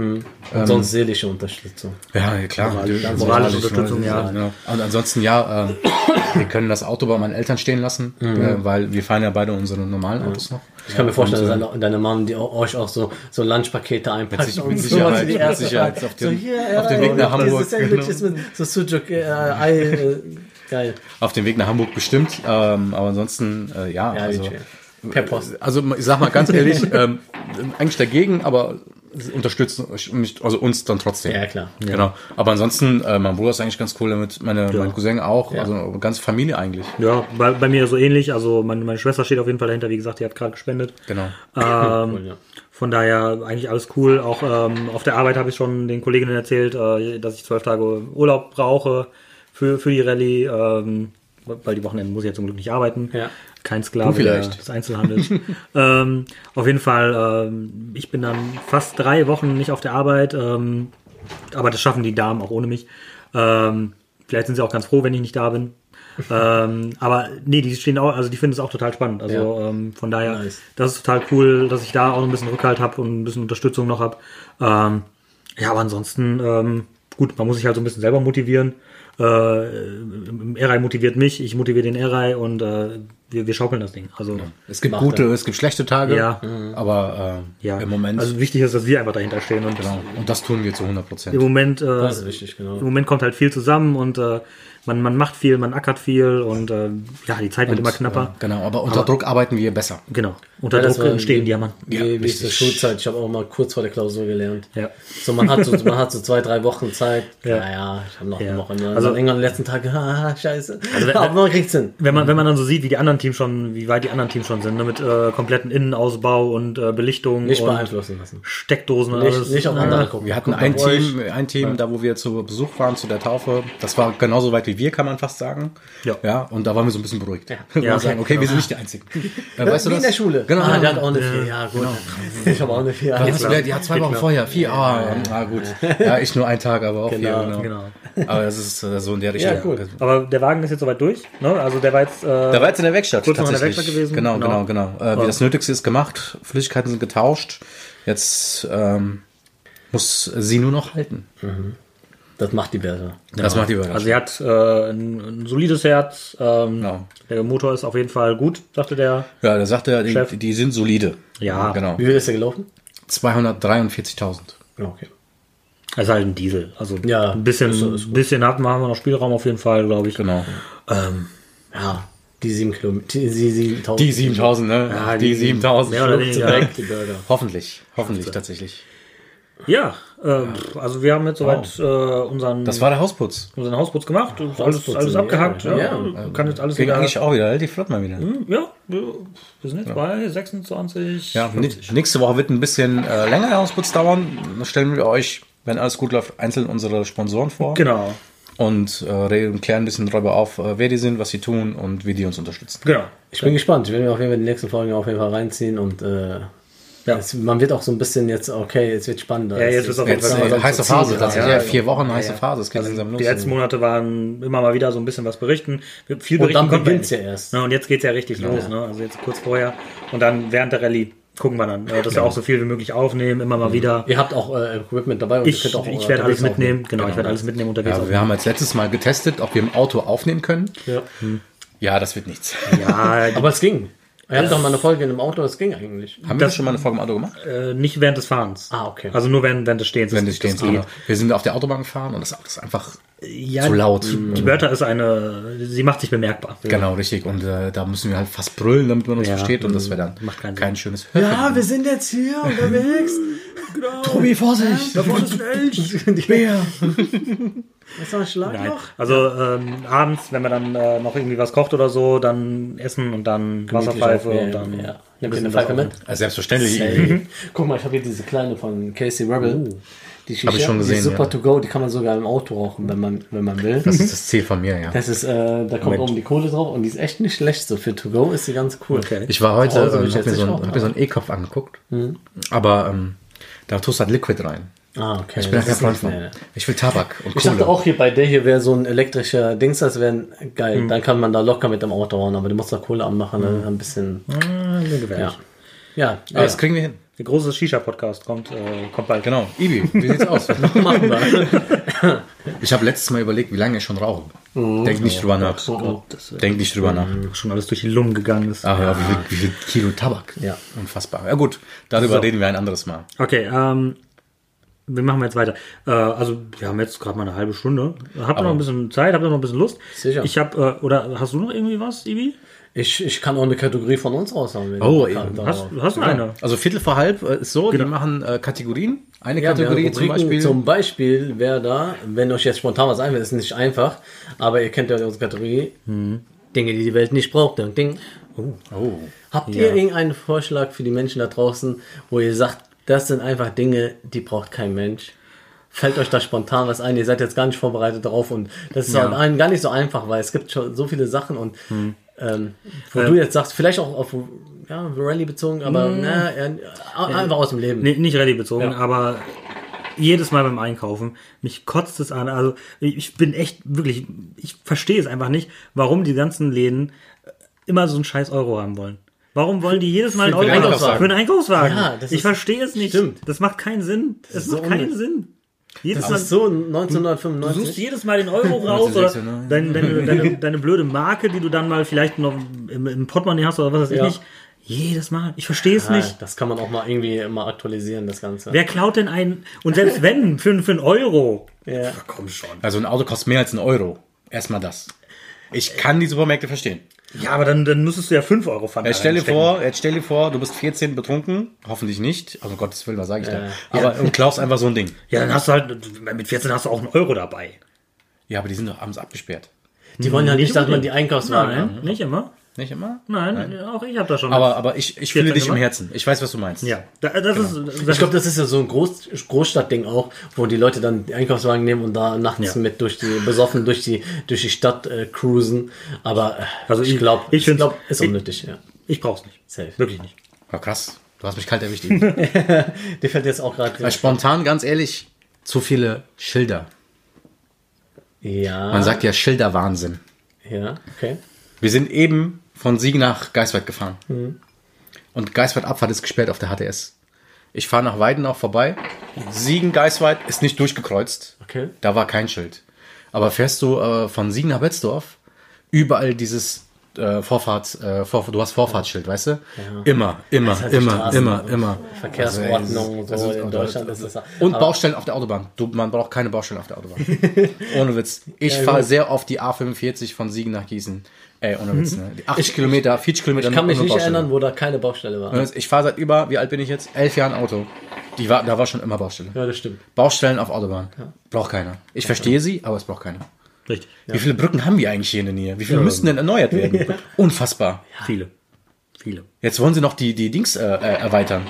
und sonst seelische Unterstützung. Ja, ja, klar. ganz moralische Unterstützung, ja. Genau. Und ansonsten, ja, äh, wir können das Auto bei meinen Eltern stehen lassen, äh, weil wir fahren ja beide unsere normalen Autos noch. Ich kann mir vorstellen, Und, dass äh, deine, deine Mom die au- euch auch so, so Lunchpakete einpackt. Mit Sich- und mit sowas Sicherheit, wie die mit erste Sicherheit Frage. auf dem- so, hier, äh, auf dem Weg nach Hamburg, Sandwiches genau. mit so Sujuk, äh, Ei, äh, geil. Auf dem Weg nach Hamburg bestimmt. Ähm, aber ansonsten, äh, ja, Ja, also, wie chill. Per Post. also ich sag mal ganz ehrlich, ähm, eigentlich dagegen, aber unterstützt euch nicht- also uns dann trotzdem. Ja, klar. Genau. Aber ansonsten, äh, mein Bruder ist eigentlich ganz cool damit, meine, mein Cousin auch, Ja. also ganze Familie eigentlich. Ja, bei, bei mir so ähnlich. Also, meine, meine Schwester steht auf jeden Fall dahinter. Wie gesagt, die hat gerade gespendet. Genau. Ähm, ja. Von daher eigentlich alles cool. Auch ähm, auf der Arbeit habe ich schon den Kolleginnen erzählt, äh, dass ich zwölf Tage Urlaub brauche für, für die Rallye, ähm, weil die Wochenenden muss ich ja zum Glück nicht arbeiten. Ja. Kein Sklave Du vielleicht. des Einzelhandels. ähm, auf jeden Fall, ähm, ich bin dann fast drei Wochen nicht auf der Arbeit, ähm, aber das schaffen die Damen auch ohne mich. Ähm, vielleicht sind sie auch ganz froh, wenn ich nicht da bin. ähm, aber nee, die stehen auch, also die finden es auch total spannend. Also ähm, von daher, Nice. das ist total cool, dass ich da auch ein bisschen Rückhalt habe und ein bisschen Unterstützung noch habe. Ähm, ja, aber ansonsten, ähm, gut, man muss sich halt so ein bisschen selber motivieren. Äh, Erei motiviert mich, ich motiviere den Erei und äh, wir, wir schaukeln das Ding. Also Es gibt Macht gute, es gibt schlechte Tage, Ja. aber äh, ja, im Moment, Also wichtig ist, dass wir einfach dahinter stehen und genau. und das tun wir zu 100 Prozent. im Moment äh, Das ist wichtig, genau. Im Moment kommt halt viel zusammen und äh, man, man macht viel, man ackert viel und äh, ja, die Zeit wird immer knapper. Genau, aber unter Druck arbeiten wir besser. Genau. Unter Ja, das Druck war- entstehen Diamanten. Wie, wie ist die Schulzeit? Ich habe auch mal kurz vor der Klausur gelernt. Ja. So, man hat so, man hat so zwei, drei Wochen Zeit. Ja. Ja. Naja, ich habe noch Ja. eine Woche. Ne? Also- Also irgendwann am letzten Tag, ah, scheiße. wenn- Aber man kriegt's hin. Wenn man, wenn man dann so sieht, wie die anderen Teams schon, wie weit die anderen Teams schon sind, ne, mit äh, kompletten Innenausbau und äh, Belichtung Nicht und beeinflussen lassen. Steckdosen und Nicht, nicht auf Ja. andere gucken. Wir hatten Guckt ein auf euch. Team, ein Team, da wo wir zu Besuch waren, zu der Taufe. Das war genauso weit wie wir, kann man fast sagen. Ja. und da waren wir so ein bisschen beruhigt. Ja. Wir Ja. sagen, okay, wir sind nicht die Einzigen. Äh, Wie in der Schule. Genau. Ah, der hat auch eine vier. Ja, gut. genau. Ich habe auch eine Also, vier. Ja, hast du, die hat zwei Wochen vorher, vier, ah, ah, gut. Ja, ich nur einen Tag, aber auch Genau, vier, Genau. Aber das ist äh, so in der Richtung. Ja, gut. Aber der Wagen ist jetzt soweit durch, ne? Also der war jetzt. Äh, Da war jetzt in der Werkstatt. Kurz noch in der tatsächlich. Werkstatt gewesen, Genau, genau. genau, genau. Äh, wie Das Nötigste ist gemacht, Flüssigkeiten sind getauscht. Jetzt ähm, muss sie nur noch halten. Das macht die Bertha. Das macht die Überraschung. also er hat äh, ein, ein solides Herz. Ähm, Genau. Der Motor ist auf jeden Fall gut, sagte der. Ja, da sagt er, die, Chef. die sind solide. Ja. Genau. Wie viel ist der gelaufen? 243.000. Okay. Das ist halt ein Diesel. Also Ja, ein bisschen, bisschen hatten wir, haben wir noch Spielraum auf jeden Fall, glaube ich. Genau. Ähm, Ja, die sieben Kilometer. Die, die, siebentausend. Die 7000, ne? Ja, die die 7000. mehr oder schluckt's weniger. weg. Die Burger. Hoffentlich, hoffentlich tatsächlich. ja, ähm, also wir haben jetzt soweit äh, unseren, Das war der Hausputz. unseren Hausputz gemacht. Ist alles, Hausputz, alles ja, abgehakt. Ja, ja. Kann jetzt alles Ging wieder. eigentlich auch wieder, relativ flott mal wieder. ja, wir wir sind jetzt bei 26. Ja, ni- nächste Woche wird ein bisschen äh, länger der Hausputz dauern. Dann stellen wir euch, wenn alles gut läuft, einzeln unsere Sponsoren vor. Genau. Und äh, reden, klären ein bisschen darüber auf, äh, wer die sind, was sie tun und wie die uns unterstützen. Genau. Ich bin gespannt. Ich werde mir auf jeden Fall die nächsten Folgen auf jeden Fall reinziehen und äh, Ja. es, man wird auch so ein bisschen jetzt, okay, jetzt wird spannender. Ja, jetzt wird's Also auf jeden Jetzt Fall äh, heiße Phase tatsächlich. ja, Ja, ja. Also vier Wochen heiße Phase. Es geht langsam los. Die letzten Monate waren immer mal wieder so ein bisschen was berichten. Wir- Viel Und berichten dann konnten wir beginnt's nicht. ja erst. Ne, und jetzt geht es ja richtig los. Ne? Also jetzt kurz vorher und dann während der Rallye gucken wir dann, äh, dass wir auch so viel wie möglich aufnehmen, immer mal wieder. Ihr habt auch äh, Equipment dabei und ihr Ich, könnt auch äh, ich werde alles unterwegs mitnehmen. Genau, ich werde alles mitnehmen unterwegs. Ja, wir haben als letztes Mal getestet, ob wir im Auto aufnehmen können. Ja. Ja, das wird nichts. Ja, aufnehmen. Aber es ging. Ihr habt doch mal eine Folge in einem Auto, es ging eigentlich. Haben wir das schon mal eine Folge im Auto gemacht? äh, nicht während des Fahrens. Ah, okay. Also nur während, während des Stehens. Wenn Das- ich stehen das geht. kann. Wir sind auf der Autobahn gefahren und das Auto ist einfach Ja, genau. zu laut. Die Bertha ist eine, sie macht sich bemerkbar. Genau, richtig. Und äh, da müssen wir halt fast brüllen, damit man uns Ja, versteht. Und das wäre dann macht keinen kein schönes Hörchen. Ah, wir sind jetzt hier unterwegs. Tobi, Vorsicht! Bär! Was war Schlag Nein. Also ähm, abends, wenn man dann äh, noch irgendwie was kocht oder so, dann essen und dann Wasserpfeife und dann. Ja. Nehmt ihr eine Pfeife mit? Also selbstverständlich. Ey. Guck mal, ich habe hier diese kleine von Casey Rebel. Die Shisha, Uh. Hab ich schon Die gesehen, ist super ja. to go, die kann man sogar im Auto rauchen, wenn man, wenn man will. Das ist das Ziel von mir, ja. Das ist, äh, da kommt Moment. oben die Kohle drauf und die ist echt nicht schlecht. So für to go ist die ganz cool. Okay. Ich war heute, Zu Hause äh, bin ich hab jetzt mir so nicht Mhm. einen- auch, hab mir so einen E-Kopf angeguckt. Aber ähm, da tust du halt Liquid rein. Ah, okay. Ich bin da das kein ist Freund nicht von. mehr. Ich will Tabak und Ich Kohle. dachte auch hier bei der hier wäre so ein elektrischer Dings, das wäre geil. Hm. Dann kann man da locker mit dem Auto hauen, aber du musst da Kohle anmachen, dann ein bisschen. Ah, bin gefährlich. Ja. Ja, Aber das kriegen wir hin. Der große Shisha-Podcast kommt, äh, kommt bald. Genau. Ibi, wie sieht's aus? machen wir. Ich habe letztes Mal überlegt, wie lange ich schon rauche. Denk nicht drüber nach. Denk nicht drüber nach. Schon alles durch die Lungen gegangen ist. Ach ja, wie viel, wie viel Kilo Tabak? Ja. Unfassbar. Ja gut, darüber reden wir ein anderes Mal. Okay, ähm, wir machen jetzt weiter. Äh, also wir haben jetzt gerade mal eine halbe Stunde. Habt ihr noch ein bisschen Zeit? Habt ihr noch ein bisschen Lust? Sicher. Ich habe, äh, oder hast du noch irgendwie was, Ibi? Ich, ich kann auch eine Kategorie von uns raushauen. wenn Oh, ihr Bock habt, Hast, aber- hast du eine? Also Viertel vor halb äh, ist so, die machen äh, Kategorien. Eine Ja, wir haben Kategorie zum Rubriken. Beispiel. Zum Beispiel wäre da, wenn euch jetzt spontan was einfällt, ist nicht einfach, aber ihr kennt ja unsere Kategorie Hm. Dinge, die die Welt nicht braucht. Ding, ding. oh. Habt ihr irgendeinen Vorschlag für die Menschen da draußen, wo ihr sagt, das sind einfach Dinge, die braucht kein Mensch? Fällt euch da spontan was ein? Ihr seid jetzt gar nicht vorbereitet drauf und das ist halt einem gar nicht so einfach, weil es gibt schon so viele Sachen und Hm. ähm, wo du jetzt sagst, vielleicht auch auf Hm. ja, Rallye bezogen, aber na, eher- einfach aus dem Leben. Nee, nicht Rallye bezogen, aber jedes Mal beim Einkaufen. Mich kotzt es an. Also ich bin echt wirklich, ich verstehe es einfach nicht, warum die ganzen Läden äh, immer so einen scheiß Euro haben wollen. Warum wollen die jedes Mal einen Für Euro den haben? Einkaufswagen. für einen Einkaufswagen? Ja, das ich ist- verstehe es nicht. stimmt. Das macht keinen Sinn. Es ist macht so keinen unnötig. Sinn. Jedes Das Mal ist so Du suchst 1995. jedes Mal den Euro raus oder 1996, ne? dein, deine, deine, deine blöde Marke, die du dann mal vielleicht noch im, im Portemonnaie hast oder was weiß ich Ja. nicht. Jedes Mal. Ich verstehe es Ah, nicht. das kann man auch mal irgendwie immer aktualisieren, das Ganze. Wer klaut denn einen? Und selbst wenn, für, für einen Euro. Ja. Komm schon. Also ein Auto kostet mehr als ein Euro. Erstmal das. Ich kann die Supermärkte verstehen. Ja, aber dann, dann müsstest du ja 5 Euro fahren. Jetzt stell, dir vor, jetzt stell dir vor, du bist 14 betrunken, hoffentlich nicht, also um Gottes Willen, was sage ich da? Aber und klaust einfach so ein Ding. Ja, dann hast du halt, mit 14 hast du auch einen Euro dabei. Ja, aber die sind doch abends abgesperrt. Die wollen ja nicht, dass man die Einkaufswagen. Nein, nicht immer. Nicht immer? Nein, auch ich habe da schon. Aber, Genau. aber ich, ich fühle 14 dich im gemacht? Herzen. Ich weiß, was du meinst. ja, da- das ist. Das Ich glaube, das ist ja so ein Groß Großstadtding auch, wo die Leute dann die Einkaufswagen nehmen und da nachts Ja. mit durch die besoffen durch die durch die Stadt äh, cruisen. Aber äh, Also ich- ich glaube, ich ich, find's- glaube, ist ich- unnötig. ja. ich brauch's nicht. Safe. Wirklich nicht. Ja, Oh, krass. Du hast mich kalt erwischt. Eben. Dir fällt jetzt auch gerade Weil spontan, ganz ehrlich, zu viele Schilder. ja. Man sagt ja Schilderwahnsinn. ja, okay. Wir sind eben von Siegen nach Geiswald gefahren. Und Geiswald-Abfahrt ist gesperrt auf der HTS. Ich fahre nach Weidenau vorbei. Siegen-Geiswald ist nicht durchgekreuzt. Okay. Da war kein Schild. Aber fährst du äh, von Siegen nach Betzdorf, überall dieses äh, Vorfahrt, äh, Vorf du hast Vorfahrtsschild, weißt du? Immer, immer, heißt immer, Straßen- immer, immer. Verkehrsordnung Also, so also, in Deutschland ist das. Und aber, Baustellen auf der Autobahn. Du, man braucht keine Baustellen auf der Autobahn. ohne Witz. Ich Ja, fahre gut. sehr oft die A45 von Siegen nach Gießen. Ey, ohne Witz. Ne? Die 80 Kilometer, 40 Kilometer. Mhm. ich kann mich ohne nicht Baustelle. erinnern, wo da keine Baustelle war. Ohne Witz, Ich fahre seit über, wie alt bin ich jetzt? Elf Jahren Auto. Die war, da war schon immer Baustelle. Ja, das stimmt. Baustellen auf Autobahn. Braucht keiner. Ich verstehe sie, aber es braucht keiner. Richtig. Wie viele Brücken haben wir eigentlich hier in der Nähe? Wie viele müssen denn erneuert werden? Unfassbar. Viele. Viele. Jetzt wollen sie noch die, die Dings äh, äh, erweitern.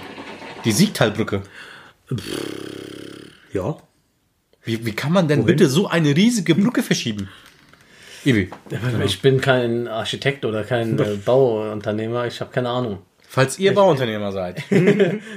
Die Siegtalbrücke. Ja. Wie, wie kann man denn bitte so eine riesige Brücke verschieben? Ibi, Ich bin kein Architekt oder kein äh, Bauunternehmer. Ich habe keine Ahnung. falls ihr Bauunternehmer seid,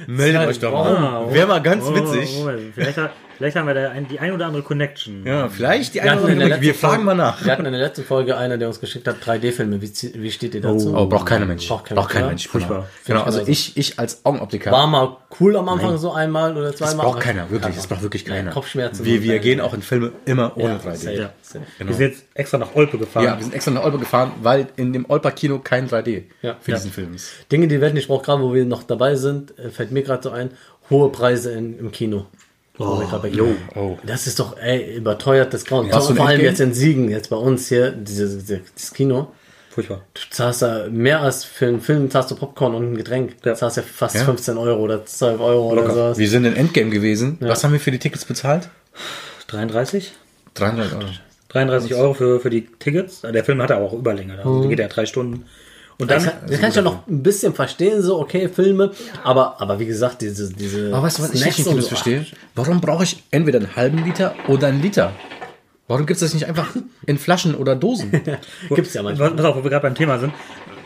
meldet euch doch mal. Wow. Wäre mal ganz Oh, witzig. Moment. Vielleicht, hat- vielleicht haben wir da ein, die ein oder andere Connection. Ja, vielleicht die Wir eine hatten oder in der andere. Wir letzten fragen mal Folge- nach. Wir hatten in der letzten Folge einer, der uns geschickt hat, 3D-Filme. Wie, zie- wie steht ihr dazu? Oh, braucht keiner Mensch. Braucht kein Braucht kein Mensch. Mensch, Genau, Furchtbar. genau Finde ich also genauso. ich, ich als Augenoptiker. War mal cool am Anfang so einmal oder zweimal. Das braucht aber- keiner, wirklich. Ja, Das braucht wirklich ja, keiner. Kopfschmerzen. Wir, und wir dann- gehen auch in Filme immer ohne Ja, 3D. safe. Ja. Sehr. Genau. Wir sind jetzt extra nach Olpe gefahren. Ja, wir sind extra nach Olpe gefahren, weil in dem Olper-Kino kein 3D Ja. für Ja. diesen Film ist. Dinge, die wir nicht brauchen, gerade wo wir noch dabei sind, äh, fällt mir gerade so ein, hohe Preise in, im Kino. Wo wir grad bei- Oh. Das ist doch ey, überteuert, das Grauen. Hast du ein Vor allem Endgame? jetzt in Siegen, jetzt bei uns hier, dieses, dieses Kino. Furchtbar. Du zahlst da mehr als für einen Film, zahlst du Popcorn und ein Getränk. Du zahlst ja fast 15 Euro oder 12 Euro oder sowas. Wir sind in Endgame gewesen. Was haben wir für die Tickets bezahlt? 33? 300 Euro. 33 Euro für, für die Tickets. Der Film hat aber auch Überlänge. Mhm. Also der geht ja drei Stunden. Und Das, dann. kann- das kann ich ja noch ein bisschen verstehen, so okay, Filme, aber, aber wie gesagt, diese, diese Aber weißt du, was ich Snacks nicht und so, so, verstehe? Warum brauche ich entweder einen halben Liter oder einen Liter? Warum gibt es das nicht einfach in Flaschen oder Dosen? ach, Gibt's ja manchmal. Was- Pass auf, wo wir gerade beim Thema sind.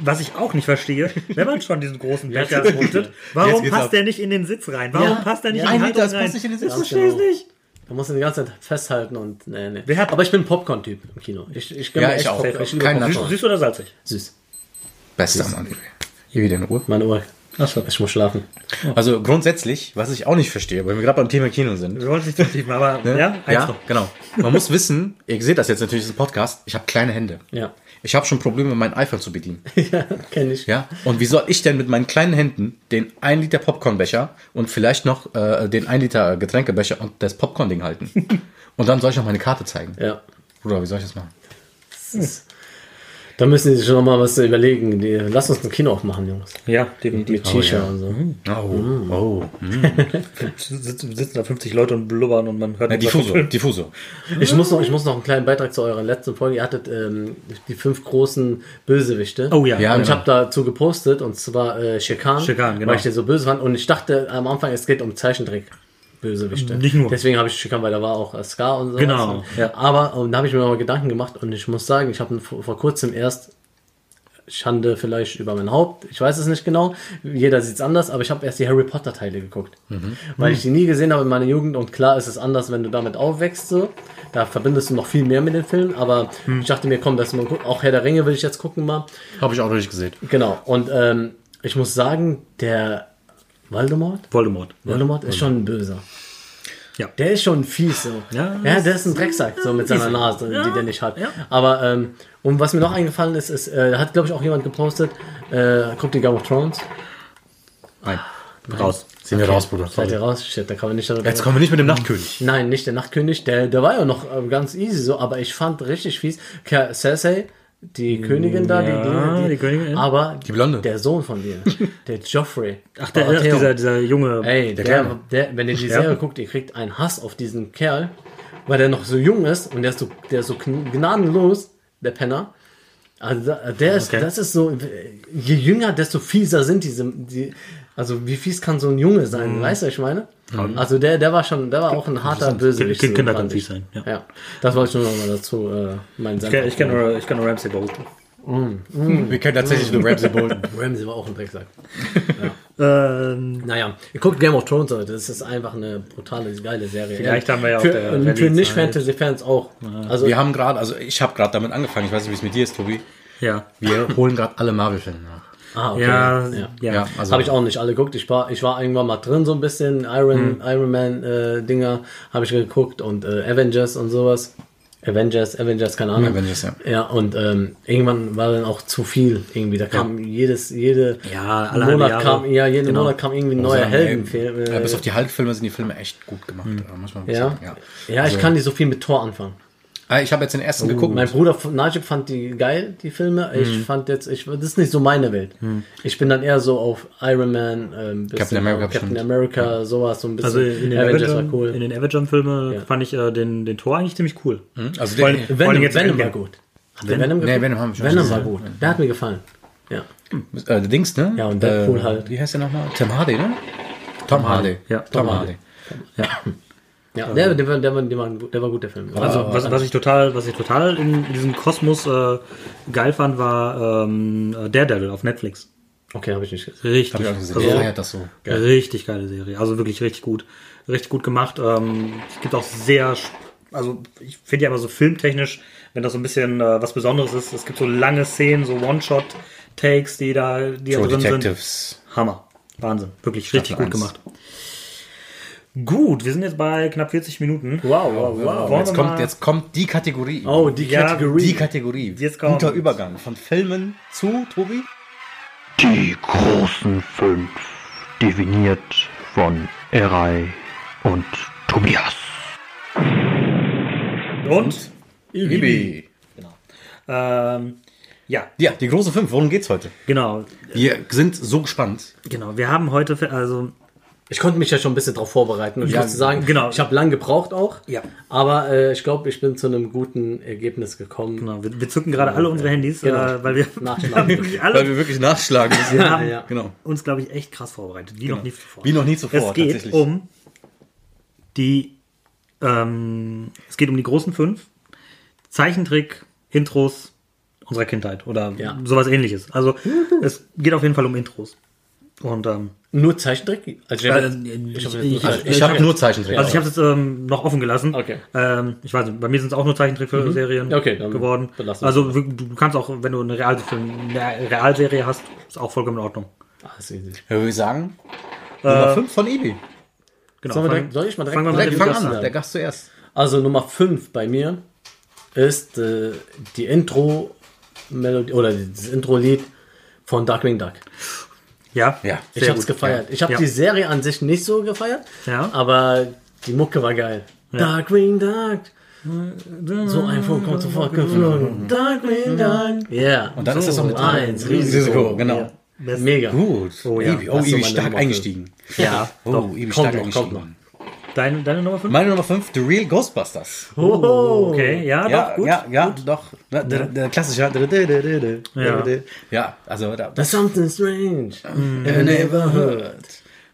Was ich auch nicht verstehe, wenn man schon diesen großen Becher hochtet, Jetzt warum geht's passt ab. der nicht in den Sitz rein? Warum Ja. passt der nicht Ja. in die Ein Liter, Halterung das rein? passt nicht in den Sitz. Ich verstehe es Genau. nicht. Da musst du die ganze Zeit festhalten und nee, nee. Wer hat- aber ich bin Popcorn-Typ im Kino. Ich, ich gönn Ja, mir ich echt auch. Popcorn. Ich liebe Kein Popcorn. Nacho. Süß oder salzig? Süß. Bester Mann. Hier wieder eine Uhr. Meine Uhr. Ich muss schlafen. Also grundsätzlich, was ich auch nicht verstehe, weil wir gerade beim Thema Kino sind. Wir wollen es nicht vertiefen, aber Ne? ja, eins ja noch. genau. Man muss wissen, ihr seht das jetzt natürlich, das ist ein Podcast, ich habe kleine Hände. Ja. Ich habe schon Probleme, mein iPhone zu bedienen. ja, kenn ich. Ja, und wie soll ich denn mit meinen kleinen Händen den 1 Liter Popcornbecher und vielleicht noch äh, den 1 Liter Getränkebecher und das Popcorn-Ding halten? und dann soll ich noch meine Karte zeigen. Ja. Bruder, wie soll ich das machen? Hm. Da müssen die sich noch mal was überlegen. Die, lass uns ein Kino aufmachen, Jungs. Ja, Mit definitiv. Shisha und so. Oh, oh. Sitzen, sitzen da 50 Leute und blubbern und man hört Na, nicht, was Diffuso, für- Diffuso. Ich muss, noch, ich muss noch einen kleinen Beitrag zu eurer letzten Folge. Ihr hattet ähm, die fünf großen Bösewichte. Oh ja. Ja, und ich genau. habe dazu gepostet, und zwar äh, Shekan, Shekan, genau. weil ich den so böse fand. Und ich dachte am Anfang, es geht um Zeichentrick. Bösewichte. Nicht nur. Deswegen habe ich Shekan, weil da war auch äh, Scar und so. Genau, Und, ja. Aber ähm, da habe ich mir mal Gedanken gemacht und ich muss sagen, ich habe vor, vor kurzem erst Schande vielleicht über mein Haupt. Ich weiß es nicht genau. Jeder sieht es anders, aber ich habe erst die Harry Potter Teile geguckt, Mhm. weil ich die nie gesehen habe in meiner Jugend. Und klar ist es anders, wenn du damit aufwächst. So. Da verbindest du noch viel mehr mit den Filmen. Aber Mhm. ich dachte mir, komm, dass man guckt. Auch Herr der Ringe will ich jetzt gucken mal. Habe ich auch noch nicht gesehen. Genau. Und ähm, ich muss sagen, der Voldemort, Voldemort. Voldemort ist schon ein böser. Ja. Der ist schon fies so. Ja, ja der ist ein Drecksack so mit seiner Nase, die der nicht hat. ja. Aber ähm, und was mir noch eingefallen ist, ist äh, hat glaube ich auch jemand gepostet, äh, guckt die Game of Thrones. Nein. Raus. Sind wir raus, Bruder. Seid ihr raus? Shit, da kann man nicht. Jetzt kommen wir nicht mit dem Nachtkönig. Nein, nicht der Nachtkönig, der, der war ja noch äh, ganz easy so, aber ich fand richtig fies. Ke- Cersei, die Königin da, Mm, Ja, die, die, die, die Königin. aber Die Blonde. der Sohn von dir, der Joffrey. Ach, der, ach Baratheon. dieser, dieser junge. Ey, der, der, Kleine. wenn ihr die Serie guckt, ihr kriegt einen Hass auf diesen Kerl, weil der noch so jung ist und der ist so, der ist so kn- gnadenlos, der Penner. Also da- der ist, Okay. das ist so, je jünger, desto fieser sind diese, die, also wie fies kann so ein Junge sein, weißt du, was ich meine? Also der, der war schon, der war auch ein harter Bösewicht. Kind- Kinder so, können fand fies ich. sein, ja. das wollte ich nur noch mal dazu äh, meinen Senf Ich kann nur, ich kann nur Ramsay Gold. Mhm. Wir können tatsächlich nur Ramsey Bolton. abgeben. Ramsey war auch ein Drecksack. Ähm, Naja, ihr guckt Game of Thrones, Leute. Das ist einfach eine brutale, geile Serie. Vielleicht haben wir ja auf für, der und Für Rallye-Zeit. Nicht-Fantasy-Fans auch. Also, Wir haben gerade, also ich habe gerade damit angefangen. Ich weiß nicht, wie es mit dir ist, Tobi. ja. Wir holen gerade alle Marvel-Filme nach. ah, okay. Ja, ja. ja. Ja, also habe ich auch nicht alle geguckt. Ich war, ich war irgendwann mal drin so ein bisschen. Hm. Iron, Iron Man äh, Dinger habe ich geguckt und äh, Avengers und sowas. Avengers, Avengers, keine Ahnung. Avengers, ja. Ja, und ähm, irgendwann war dann auch zu viel irgendwie. Da kam jedes, jede Ja, alle halbe Jahre. Monat kam, ja, jeden Genau. Monat kam irgendwie ein neuer sagen, Heldenfilm. ey, äh, Mhm. ja, bis auf die Hulk-Filme sind die Filme echt gut gemacht. äh, Muss man ja. sagen. Ja, Ja. ich kann nicht so viel mit Thor anfangen. Ah, Ich habe jetzt den ersten geguckt. Mein Bruder F- Najib fand die geil, die Filme. Ich Mhm. fand jetzt, ich, das ist nicht so meine Welt. Ich bin dann eher so auf Iron Man, ähm, bisschen Captain America Captain bestimmt. America sowas, so ein bisschen. Also in den Avengers Avengers, war cool. in den Avenger-Filmen Ja. Hm? fand ich äh, den, den Tor eigentlich ziemlich cool. Also Vor den, allem- vor allem Venom, jetzt Venom war Endgame. gut. Hat der Venom Nee, geguckt? Venom haben wir schon Venom war gesehen. gut. Der hat mir gefallen. Ja. äh, Dings, ne? Ja, und Deadpool äh, halt. Wie heißt der nochmal? Tim Hardy, ne? Tom Hardy. Ja, Tom, Tom Hardy. ja der, der, war- der, war- der, war gut- der war gut, der Film. Also ah. was, was ich total, was ich total in, in diesem Kosmos äh, geil fand, war ähm, äh, Daredevil auf Netflix. okay, habe ich nicht gesehen. Richtig, Hab ich auch gesehen. also, Der feiert das so. richtig geile Serie. Also wirklich richtig gut, richtig gut gemacht. Ähm, es gibt auch sehr, sp- also ich finde ja immer so filmtechnisch, wenn das so ein bisschen äh, was Besonderes ist. Es gibt so lange Szenen, so One-Shot-Takes, die da, die da True drin sind. Detectives. Hammer. Wahnsinn. Wirklich richtig gut eins. gemacht. Gut, wir sind jetzt bei knapp 40 Minuten. Wow, wow, wow. Wollen Jetzt wir kommt, mal- jetzt kommt die Kategorie. Oh, die Ja, Kategorie. Die Kategorie. Jetzt kommt- Guter Übergang von Filmen zu Tobi. Die großen fünf, definiert von Erei und Tobias. Und? Ibi. Ähm, ja, Ja, die große fünf. Worum geht's heute? genau. Wir sind so gespannt. Genau. Wir haben heute, für- also, Ich konnte mich ja schon ein bisschen darauf vorbereiten und ich Ja, muss sagen, genau. ich habe lang gebraucht auch, Ja. aber äh, ich glaube, ich bin zu einem guten Ergebnis gekommen. genau, wir, wir zücken gerade alle unsere Handys, Genau. äh, weil wir, Nachschlagen. wir haben wirklich alle Weil wir wirklich nachschlagen müssen. haben ja. Genau. uns, glaube ich, echt krass vorbereitet. Wie Genau. noch nie zuvor. Wie noch nie zuvor, Es geht tatsächlich. um die, ähm, es geht um die großen fünf Zeichentrick, Intros unserer Kindheit oder Ja. sowas ähnliches. Also, es geht auf jeden Fall um Intros. Und, ähm, Nur Zeichentrick? Also ich hab- ich, hab ich, jetzt ich, nur- Also ich habe nur Zeichentrick. Also ich habe es jetzt ähm, noch offen gelassen. Okay. Mhm. Ähm, ich weiß nicht, bei mir sind es auch nur Zeichentrickserien Okay, dann geworden. belassen wir Also wir- du kannst auch, wenn du eine Realfilm, eine Realserie hast, ist auch vollkommen in Ordnung. Ah, ist easy. Würde ich sagen, Äh, Nummer 5 von Ibi. Genau. Sollen wir Fang- direkt- soll ich mal direkt fangen wir mal mit Direkt dem fang Gast an, an. der Gast zuerst. Also Nummer 5 bei mir ist äh, die Intro-Melodie oder das Intro-Lied von Darkwing Duck. Ja. Ja. Ich Sehr habe es gut. gefeiert. Ich habe Ja. die Serie an sich nicht so gefeiert, Ja. aber die Mucke war geil. Darkwing Duck. So ein Vogel kommt sofort geflogen. Darkwing Duck. Yeah. Und dann ist das auch mit eins. Risiko. Risiko, genau. Ja. Mega. Gut. Oh, ja. Ibi, oh, Das ist Ibi meine stark Nummer eingestiegen. Ja. Oh, Ibi Kommt stark noch, kommt eingestiegen. Deine, deine Nummer 5? Meine Nummer 5, The Real Ghostbusters. Oh, okay. Ja, ja, doch, gut. ja, ja, doch. Ne, der, der klassische. Ja, ja also da, There's something strange in the neighborhood.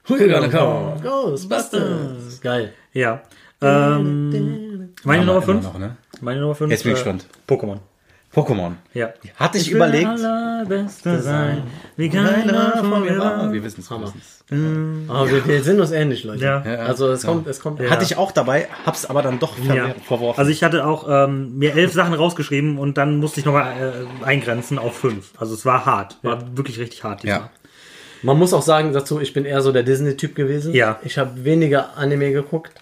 Who you gonna call? Ghostbusters. Geil. Ja. Ähm, meine Nummer 5? Noch, ne? Meine Nummer 5? Jetzt bin ich gespannt. Pokémon. Pokémon. Ja. Hatte ich, Ich will überlegt. äh, der Allerbeste sein, wie keiner von mir war. Wir wissen es. Hammer. Aber wir, wir sind uns ähnlich, Leute. Ja. Also es kommt, es kommt. Hatte ich auch dabei, hab's aber dann doch ver- Ja. verworfen. Also ich hatte auch ähm, mir elf Sachen rausgeschrieben und dann musste ich nochmal äh, eingrenzen auf fünf. Also es war hart. War wirklich richtig hart. ja. Man muss auch sagen dazu, ich bin eher so der Disney-Typ gewesen. Ja. Ich habe weniger Anime geguckt.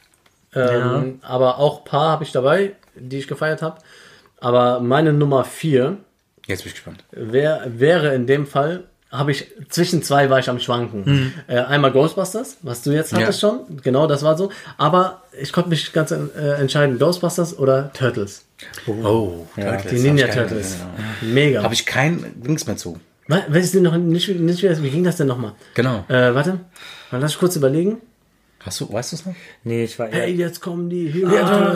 Ähm, Aber auch ein paar habe ich dabei, die ich gefeiert habe. Aber meine Nummer 4 Jetzt bin ich gespannt. wär, wäre in dem Fall, habe ich zwischen zwei war ich am Schwanken. Äh, einmal Ghostbusters, was du jetzt hattest Hm. Ja. schon, genau das war so. Aber ich konnte mich ganz äh, entscheiden, Ghostbusters oder Turtles. Oh, ja, die Ninja Turtles. Mega. Habe ich kein Dings mehr zu. Wa- Weiß ich denn noch nicht, nicht wie, das- wie ging das denn nochmal? Genau. Äh, warte, mal lass ich kurz überlegen. Hast du, weißt du es noch? Äh. Nee, ich war eher... Hey, jetzt kommen die Ah,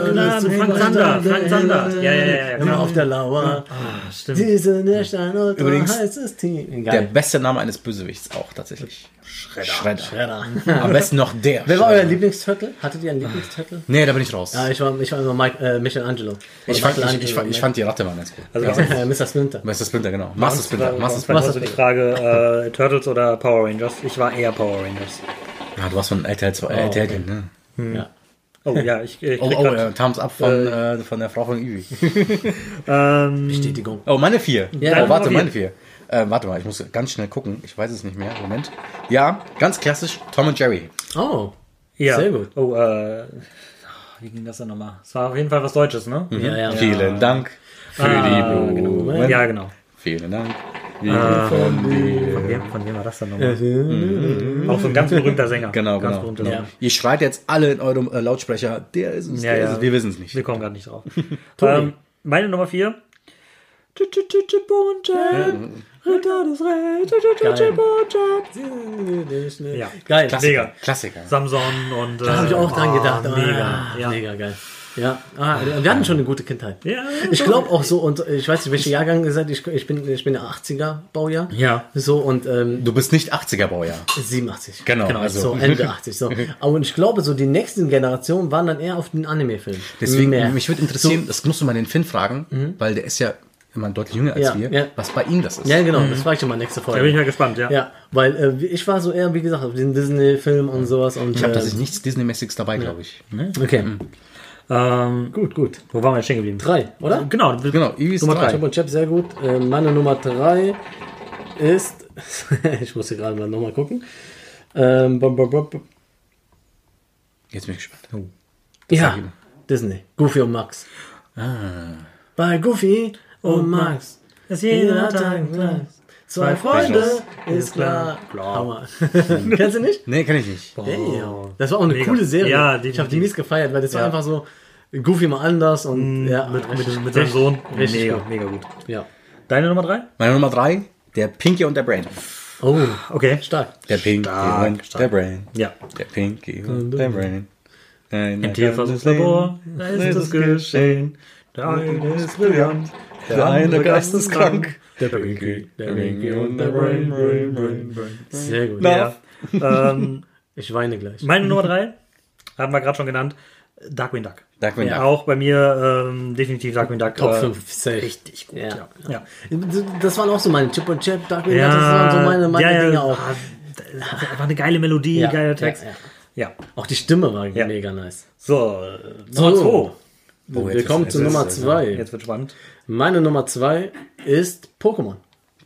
klar, mit Frank Zander, Frank Zander. Ja, ja, ja, ja, Immer klar. auf der Lauer. Stimmt. Diese Nächte, Übrigens, heißes Team. Der Geil. beste Name eines Bösewichts auch tatsächlich. Schredder. Schredder. Am besten noch der. Wer war euer Lieblingsturtle? Hattet ihr einen Lieblingsturtle? Nee, da bin ich raus. Ja, ich war, ich war immer Mike, äh, Michelangelo. Hm. ich, fand, ich, ich, fand, ich fand die Ratte mal ganz gut. Also ja. bei uns- Äh, Mr. Splinter. Master Splinter, genau. Master Splinter. bei Master uns war Splinter. so die Frage, äh, Turtles oder Power Rangers? Ich war eher Power Rangers. Ja, Ah, du warst von LTL 2. LTL, ne? Ja. Oh ja, ich, ich krieg Oh, oh, grad- äh, Thumbs Up von, äh, von der Frau von Ivy. ähm, Bestätigung. Oh, meine vier. Ja, oh, warte, vier. meine vier. Äh, warte mal, ich muss ganz schnell gucken. Ich weiß es nicht mehr. Moment. Ja, ganz klassisch Tom und Jerry. Oh. ja. Sehr gut. Oh, äh, wie ging das denn nochmal? Es war auf jeden Fall was Deutsches, ne? Ja, Mhm. ja. Vielen Dank für die Blumen. Ah, Ja, genau. Vielen Dank. von dir. Von wem, von wem war das denn nochmal? Mhm. Auch so ein ganz berühmter Sänger. Genau, ganz genau. berühmter genau. Sänger. Ihr schreit jetzt alle in eurem äh, Lautsprecher, der ist es, der Ja, ja. ist Also, es. Wir wissen es nicht. Wir kommen gerade nicht drauf. ähm, meine Nummer 4. Ritter des Rechts. Ja. Geil. Klassiker. Mega. Klassiker. Samson und. äh, Da habe ich auch dran gedacht. Ah, mega. Ja. Mega geil. Ja. Ah, wir hatten schon eine gute Kindheit. Ja, Ich glaube auch so, und ich weiß nicht, welcher Jahrgang ihr seid. Ich, ich bin, ich bin der 80er Baujahr. Ja. So, und ähm, Du bist nicht 80er-Baujahr. 87. Genau, genau also- so Ende 80. So. Aber und ich glaube, so die nächsten Generationen waren dann eher auf den Anime-Film. Deswegen, Mehr. Mhm. mich würde interessieren, das musst du mal den Finn fragen, weil der ist ja immer deutlich jünger als Ja, wir, ja. was bei ihm das ist. Ja, genau, das war ich schon mal nächste Da bin ich Folge. mal gespannt, ja. Ja, weil äh, ich war so eher, wie gesagt, auf den Disney-Film und sowas. Und, Ich habe äh, tatsächlich nichts Disney-mäßiges dabei, glaube ich. Ne? Okay, Ähm, gut, gut. wo waren wir jetzt stehen geblieben? Drei, oder? Genau, Genau, Ivy ist Nummer drei. Chip und Chap, sehr gut. Äh, meine Nummer drei ist. ich muss hier gerade mal nochmal gucken. Ähm, bum, bum, bum, bum. Jetzt bin ich gespannt. Oh. Ja, Disney. Goofy und Max. Bei Goofy und Max. Ist Jeder Tag gleich. Zwei Freunde, ist klar. Hammer. Kennst du nicht? Nee, kann ich nicht. Damn. Das war auch eine coole Serie. Oh. Ja, ich habe die definitiv. mies gefeiert, weil das war einfach so Goofy mal anders und ja, Mm, Mit, richtig- mit, mit seinem Sohn. richtig mega, gut. mega gut. Ja. Deine Nummer 3? Meine Nummer drei, der Pinky und der Brain. Oh, Okay. stark. Der Pinky und der Brain. Ja. Der Pinky und der Brain. Ein Im Tierversuchslabor, da ist es geschehen. Der eine ist brillant, Der eine Geist ist krank. Der Pinky. Der Pinky und der Brain, Brain, Brain, Brain. Sehr gut. Ja. ähm, Ich weine gleich. meine Nummer 3, haben wir gerade schon genannt, Darkwing Duck. Darkwing Ja. Duck. Auch bei mir ähm, definitiv Darkwing Duck. Top äh, 5, safe. Richtig gut, Ja. ja. ja. Das waren auch so meine Chip und Chip, Darkwing, Duck, das waren so meine, meine ja, ja. Dinge auch. Ah, das hat Einfach eine geile Melodie, Ja, geiler ja, Text. ja. Ja. Auch die Stimme war Ja. mega nice. So, äh, Nummer 2. So. Oh, jetzt Willkommen ist- zu jetzt Nummer ist- 2. Jetzt wird spannend. Meine Nummer 2 ist Pokémon.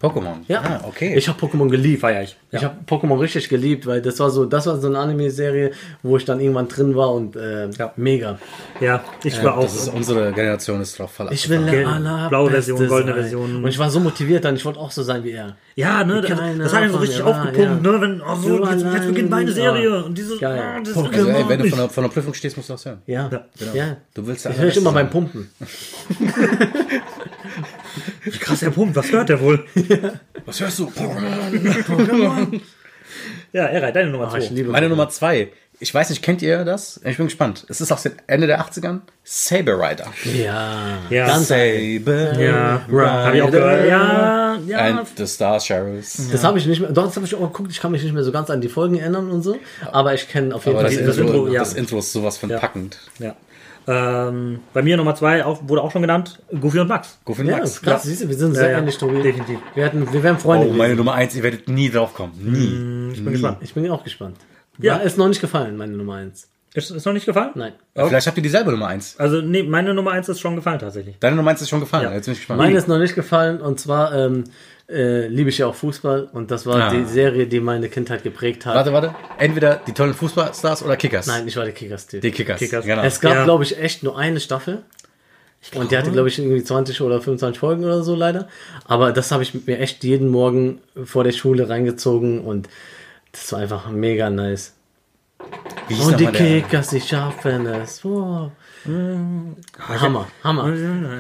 Pokémon. Ja, Ah, okay. Ich habe Pokémon geliebt. Feier ich. Ich habe Pokémon richtig geliebt, weil das war so, das war so eine Anime-Serie, wo ich dann irgendwann drin war und äh, mega. Ja, ich war auch. das ist unsere Generation ist drauf voll Ich will Gel- der allerbeste blaue Version, goldene sein. Version. Und ich war so motiviert dann, ich wollte auch so sein wie er. Ja, ne, das, Keine das hat ihn so Ahnung, richtig ja, aufgepumpt, ja. ne, wenn, oh, so, jetzt, jetzt beginnt meine Serie und dieses, Geil. ah, das Pokémon. also, ey, wenn du Pokémon. von der, von der Prüfung stehst, musst du das hören. Ja, ja. genau. Du willst Das höre ich immer beim Pumpen. Wie krass, der pumpt, was hört der wohl? Was hörst du? Ja, Errei, deine Ah, Nummer Oh, ich 2. liebe Meine Nummer zwei. Ich weiß nicht, kennt ihr das? Ich bin gespannt. Es ist aus dem Ende der 80ern. Saber Rider. Ja. Ja, Ganz Saber ja, Rider. hab ich auch gehört. Ja, ja, And the Star Sheriffs. Das habe ich nicht mehr, doch, das habe ich auch geguckt, ich kann mich nicht mehr so ganz an die Folgen erinnern und so, aber ich kenne auf jeden Aber Fall das, die Intro, Intro, ja. das Intro ist sowas von packend. ja. Ähm, bei mir Nummer zwei auch, wurde auch schon genannt, Goofy und Max. Goofy Ja, Max. krass, siehst du, wir sind sehr ähnlich, Tobi. Definitiv. Wir, hatten, wir wären Freunde. Oh, meine gewesen. Nummer eins, ihr werdet nie drauf kommen. Nie. Ich bin gespannt. ich bin auch gespannt. Ja. Ja, ist noch nicht gefallen, meine Nummer eins. Ist, ist noch nicht gefallen? Nein. Ja, Vielleicht habt ihr dieselbe Nummer eins. Also, nee, meine Nummer eins ist schon gefallen tatsächlich. Deine Nummer eins ist schon gefallen. Ja. Jetzt bin ich gespannt. Meine ist noch nicht gefallen und zwar ähm, äh, liebe ich ja auch Fußball und das war Ah. die Serie, die meine Kindheit geprägt hat. Warte, warte. Entweder die tollen Fußballstars oder Kickers. Nein, ich war der Kickers-Typ. Die Kickers. Kickers. Genau. Es gab, Ja. glaube ich, echt nur eine Staffel. Und die hatte, glaube ich, irgendwie 20 oder 25 Folgen oder so leider. Aber das habe ich mir echt jeden Morgen vor der Schule reingezogen und das war einfach mega nice. Wie hieß Und die nochmal der- Kickers, die schaffen es. Wow. Hammer, Hammer.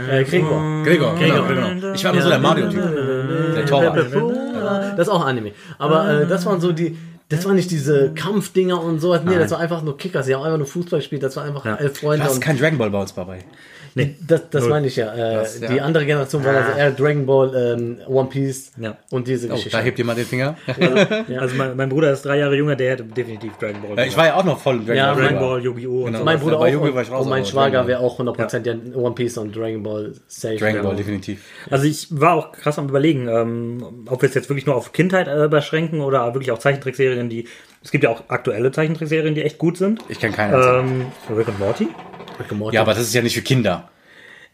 Äh, Gregor. Gregor, genau, genau. Ich war immer so der Mario-Typ. Der Torwart. Das ist auch Anime. Aber äh, das waren so die. Das waren nicht diese Kampfdinger und sowas. Nee, das war einfach nur Kickers. Die haben einfach nur Fußball gespielt. Das war einfach elf Freunde. Da ist und- kein Dragon Ball bei uns dabei. Das, das meine ich ja. Äh, ja. Die andere Generation war also eher Dragon Ball, ähm, One Piece Ja. und diese Oh, Geschichte. da hebt jemand den Finger. Also, mein, mein Bruder ist drei Jahre jünger, der hätte definitiv Dragon Ball. Ich war ja auch noch voll im Dragon Ja, Ball. Dragon Dragon Ball. Ball, Yu-Gi-Oh! Genau. und so. mein Ja, Bruder bei auch Yugi war und, ich raus, und mein aber Schwager Dragon wäre auch 100% ja. One Piece und Dragon Ball safe. Dragon Ball, definitiv. Also ich war auch krass am überlegen, ähm, ob wir es jetzt wirklich nur auf Kindheit äh, beschränken oder wirklich auch Zeichentrickserien, die. Es gibt ja auch aktuelle Zeichentrickserien, die echt gut sind. Ich kenne keinen. Äh, einzigen. Ähm, Rick und Morty? Ja, aber das ist ja nicht für Kinder.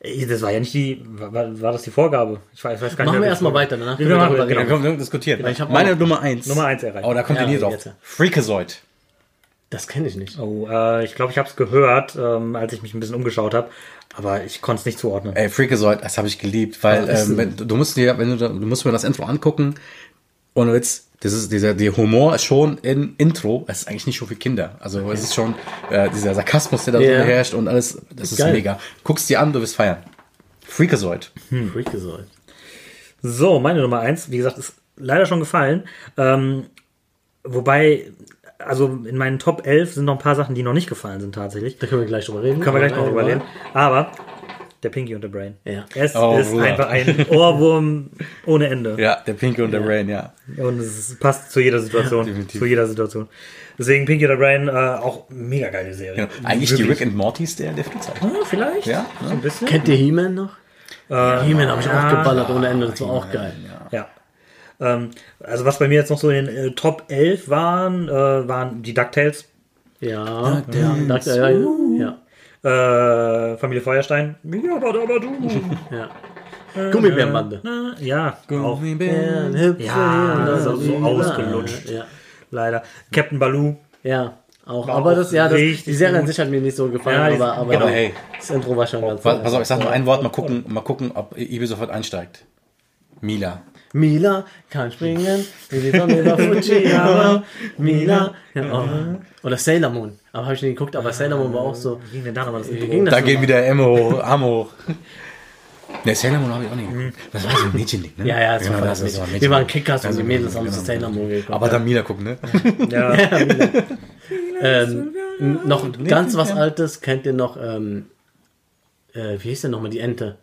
Ey, Das war ja nicht die. War, war das die Vorgabe? Ich weiß, weiß gar nicht. Machen wir wer- erstmal weiter, danach Wir können wir machen darüber genau. Dann kommen wir diskutieren. ich hab Meine auch- Nummer eins. Nummer eins erreicht. Oh, da kommt Ja, ihr nie drauf. jetzt. Freakazoid. das kenne ich nicht. Oh, äh, ich glaube, ich habe es gehört, ähm, als ich mich ein bisschen umgeschaut habe, aber ich konnte es nicht zuordnen. Ey, Freakazoid, das habe ich geliebt, weil ähm, wenn, du musst dir, wenn du, da- du musst mir das Intro angucken und jetzt, das ist dieser der Humor ist schon in Intro, es ist eigentlich nicht schon für Kinder. Also es ist schon äh, dieser Sarkasmus, der da Ja. drin herrscht und alles, das ist Geil. mega. Guckst dir an, du wirst feiern. Freakazoid. Oh, Freak gesollt. So, meine Nummer eins, wie gesagt, ist leider schon gefallen. Ähm, wobei, also in meinen Top 11 sind noch ein paar Sachen, die noch nicht gefallen sind tatsächlich. Da können wir gleich drüber reden. Können wir gleich noch drüber Aber- reden. Aber der Pinky und der Brain. Ja. Es Oh, ist Bruder. einfach ein Ohrwurm ohne Ende. Ja, der Pinke und der Rain, ja. Und es ist- passt zu jeder Situation. definitiv. zu jeder Situation. Deswegen Pinky und der Brain äh, auch mega geile Serie. Genau. Eigentlich die Rick and Mortys der, der Frühzeit. and Vielleicht? Ja, So ein bisschen. Kennt ihr He-Man noch? Äh, He-Man habe ich auch geballert ohne Ende. Das war auch geil. Ja. Ähm, also was bei mir jetzt noch so in den äh, Top 11 waren, äh, waren die DuckTales, Ja, ja, das- ja, ja, äh, Familie Feuerstein. Ja, aber da, aber du. ja. ja. Gummibärenbande. Na, ja, Genau. auch Gummibär. Ja, das ist auch so ausgelutscht. Ja. leider. Captain Baloo. Ja, auch. War aber auch das, ja, das, richtig die Serie an gut. sich hat mir nicht so Ja, gefallen, die- aber, aber genau, hey. das Intro war schon ganz Pass pass auf, nice. ich sag nur ein Wort, mal gucken, mal gucken, ob Ibi sofort einsteigt. Mila. Mila kann springen, wie die Sonne über Fujiyama. Mila, ja, oh. oder Sailor Moon. Aber habe ich nicht geguckt, aber Sailor Moon war auch so. Wie ging denn da nochmal das Wie Intro? ging das Da noch? gehen wieder Emo, hoch, Arme hoch. Ne, Sailor Moon habe ich auch nicht geguckt. Das war so ein Mädchending, ne? Mhm. Ja, ja, das war Genau, das das war ein nicht. Wir Mädchen- waren Kickers und die war- Mädels haben genau. zu Sailor Moon geguckt. Aber dann Mila gucken, ne? Ja, ähm, n- noch ganz was Altes kennt ihr noch, ähm, äh, wie hieß denn nochmal die Ente?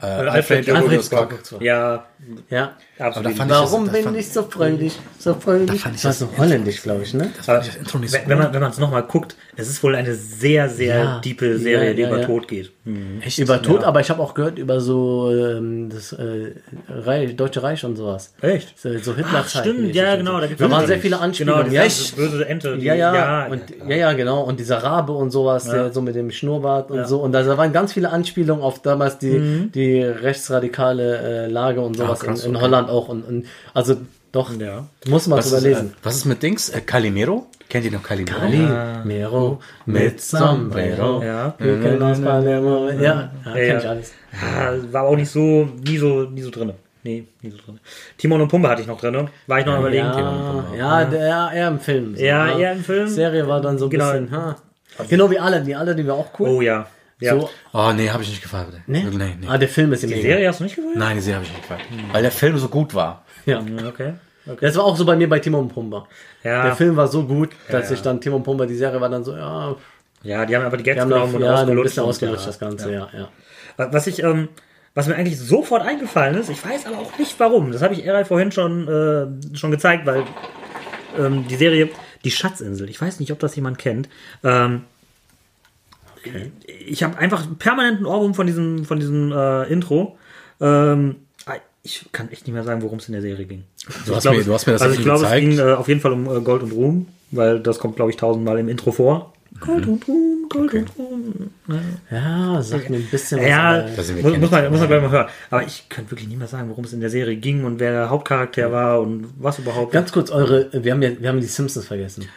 Äh, Alfred, Alfred Alfred Hitchcock. ja Ja. Aber da absolut. fand ich das- Warum da bin fand- ich so fröhlich? So fröhlich. fand ich das das war so holländisch, glaube ich, ne? Das war das Intro nicht so wenn, wenn man wenn man es nochmal guckt, es ist wohl eine sehr, sehr Ja. diepe Serie, Ja, die ja, Hm. über ja. Tod geht. Echt? Über Tod, aber ich habe auch gehört über so ähm, das äh, Reich, Deutsche Reich und sowas. Echt? So, so hitler Ach, stimmt, ja, genau. Da, gibt's Da waren auch- sehr viele Anspielungen. Genau, die ja, ganze böse Ente. Die, ja, ja, ja, ja, und, ja, ja, genau. Und dieser Rabe und sowas, der so mit dem Schnurrbart und so. Und da, da waren ganz viele Anspielungen auf damals die, Mhm. die rechtsradikale äh, Lage und sowas Ah, krass, in, in okay. Holland auch. Und, und also doch, Ja. muss man was, drüber ist, Ah. äh, lesen. was ist mit Dings? Äh, Calimero? Kennt ihr noch Calimero? Mero mit Sombrero. Ja. Wir können Mhm. aus Palermo. Ja, ja, kenn ich Ja. alles. Ah, war auch nicht so, nie so, nie so drin. Nee, nie so drin. Timon und Pumba hatte ich noch drin. War ich noch am überlegen. Ja, ja, der, eher im Film. so, Ja, ne? eher im Film. Serie war dann so ein Genau. bisschen. Ha. Genau wie Aladdin. Aladdin war auch cool. Oh ja. ja. So, Oh, nee, habe ich nicht gefallen. bitte. ne? Nee, nee. Ah, hm. der Film ist die Die mega. Serie hast du nicht gesehen? Nein, die Serie habe ich nicht gefallen. Weil der Film so gut war. Ja. Okay. Das war auch so bei mir bei Timon und Pumba. Ja. Der Film war so gut, dass ich dann Timon und Pumba, die Serie war dann so, ja, Ja, die haben einfach die wir Gags haben da genommen und ja, dann ein ausgelutscht. bisschen und- ausgelutscht, ja. das Ganze, ja, ja. Was ich, ähm, was mir eigentlich sofort eingefallen ist, ich weiß aber auch nicht warum. Das habe ich Eray vorhin schon, äh, schon gezeigt, weil ähm, die Serie Die Schatzinsel, ich weiß nicht, ob das jemand kennt. Ähm, ich habe einfach permanenten Ohrwurm von diesem, von diesem äh, Intro. Ähm, ich kann echt nicht mehr sagen, worum es in der Serie ging. Du hast, Ich glaub, mir, du hast mir das also ich nicht glaube, es gezeigt. ging äh, auf jeden Fall um äh, Gold und Ruhm, weil das kommt, glaube ich, tausendmal im Intro vor. Gold Mhm. und Ruhm, Gold und Ruhm. Ja, sag mir ein bisschen Ja, aber- Also, Da sind wir muss, keine muss, man, muss man gleich mal hören. Aber ich kann wirklich nicht mehr sagen, worum es in der Serie ging und wer der Hauptcharakter war und was überhaupt. Ganz kurz, eure, wir haben, ja, wir haben die Simpsons vergessen.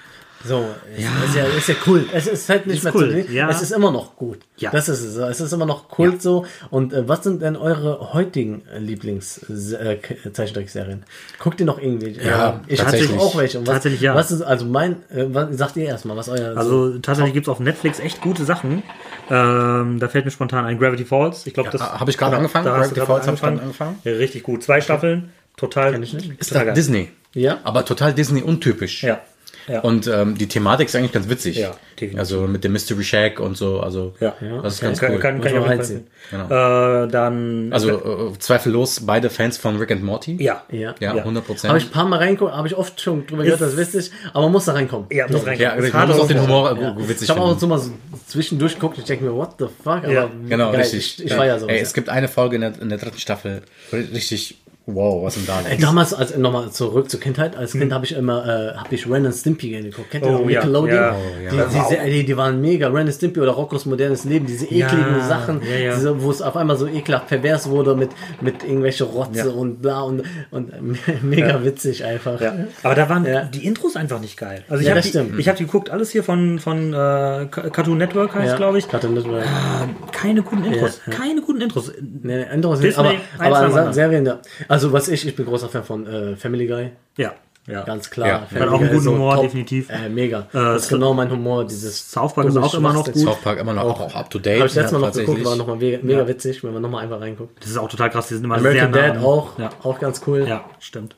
So, es ist, ja, ist ja cool. Es ist halt nicht Ist mehr Kult, zu ja. Es ist immer noch gut. Ja. Das ist es. Es ist immer noch Kult so. Und äh, was sind denn eure heutigen äh, Lieblings-Zeichentrickserien? Guckt ihr noch irgendwelche? Ja, ich tatsächlich. tatsächlich auch welche. Und was, Tatsächlich, ja. Was ist, also mein, äh, was, sagt ihr erstmal, was euer. also tatsächlich gibt es auf Netflix echt gute Sachen. Ähm, da fällt mir spontan ein Gravity Falls. Ich glaube, das Ah, Habe ich gerade angefangen? Da hast du Gravity gerade Falls habe ich angefangen. gerade angefangen. Ja, richtig gut. Zwei Staffeln. Total. Kenn ich nicht. Ist das Disney? ja? Aber total Disney untypisch. Ja. ja. Und ähm, die Thematik ist eigentlich ganz witzig. Ja, definitiv. Also mit dem Mystery Shack und so. Also Ja. das ist kann, ganz cool. kann, kann ich man auf jeden Fall reinziehen. sehen. Genau. Äh, dann. also äh, zweifellos beide Fans von Rick and Morty. ja. Ja. Ja, Ja. 100 Prozent. Habe ich ein paar Mal reingeguckt, habe ich oft schon drüber gehört, das ist witzig, aber man muss da reinkommen. Ja, muss rein. ja, Ist man muss harter auch den Humor. Humor äh, witzig Ich habe auch finden. so mal so zwischendurch geguckt und ich denke mir, what the fuck? Ja, Genau, geil, richtig. Ich, ich war ja so. Ey, es gibt eine Folge in der, in der dritten Staffel. Richtig, wow, was denn da Ey, los? Damals, als nochmal zurück zur Kindheit, als Kind habe ich immer, äh, habe ich Ren and Stimpy geguckt. Kennt ihr Hm. Oh, noch ja. Nickelodeon? Ja. Oh, ja. Die, diese, ey, die, die waren mega. Ren and Stimpy oder Roccos modernes Leben, diese ekligen Ja, Sachen, ja, ja. Diese, wo es auf einmal so ekelhaft pervers wurde mit, mit irgendwelche Rotze und bla und, und mega witzig einfach. Ja. Aber da waren Ja. die Intros einfach nicht geil. Also ich Ja, habe das stimmt. die, ich hab die geguckt, alles hier von, von äh, Cartoon Network heißt, glaube ich. Hatte nicht mehr. Keine guten Intros. Keine guten Intros. Nee, nee, andere sind, Disney, aber, eins nach aber dem anderen. Serien, ja. Also was ich, ich bin großer Fan von äh, Family Guy. Ja. ja. Ganz klar. Ja. Family Hat auch einen Guy guten ist so Humor, top. definitiv. Äh, mega. das ist Sa- genau mein Humor. Dieses South Park ist dumme auch immer noch Schwachsinn. gut. South Park immer noch auch, auch up to date. Habe Oh. ich letztes Ja, Mal noch geguckt, tatsächlich. war nochmal mega, mega witzig, wenn man nochmal einfach reinguckt. Das ist auch total krass. Die sind immer American sehr nah Dad am- auch, Ja, auch ganz cool. ja stimmt.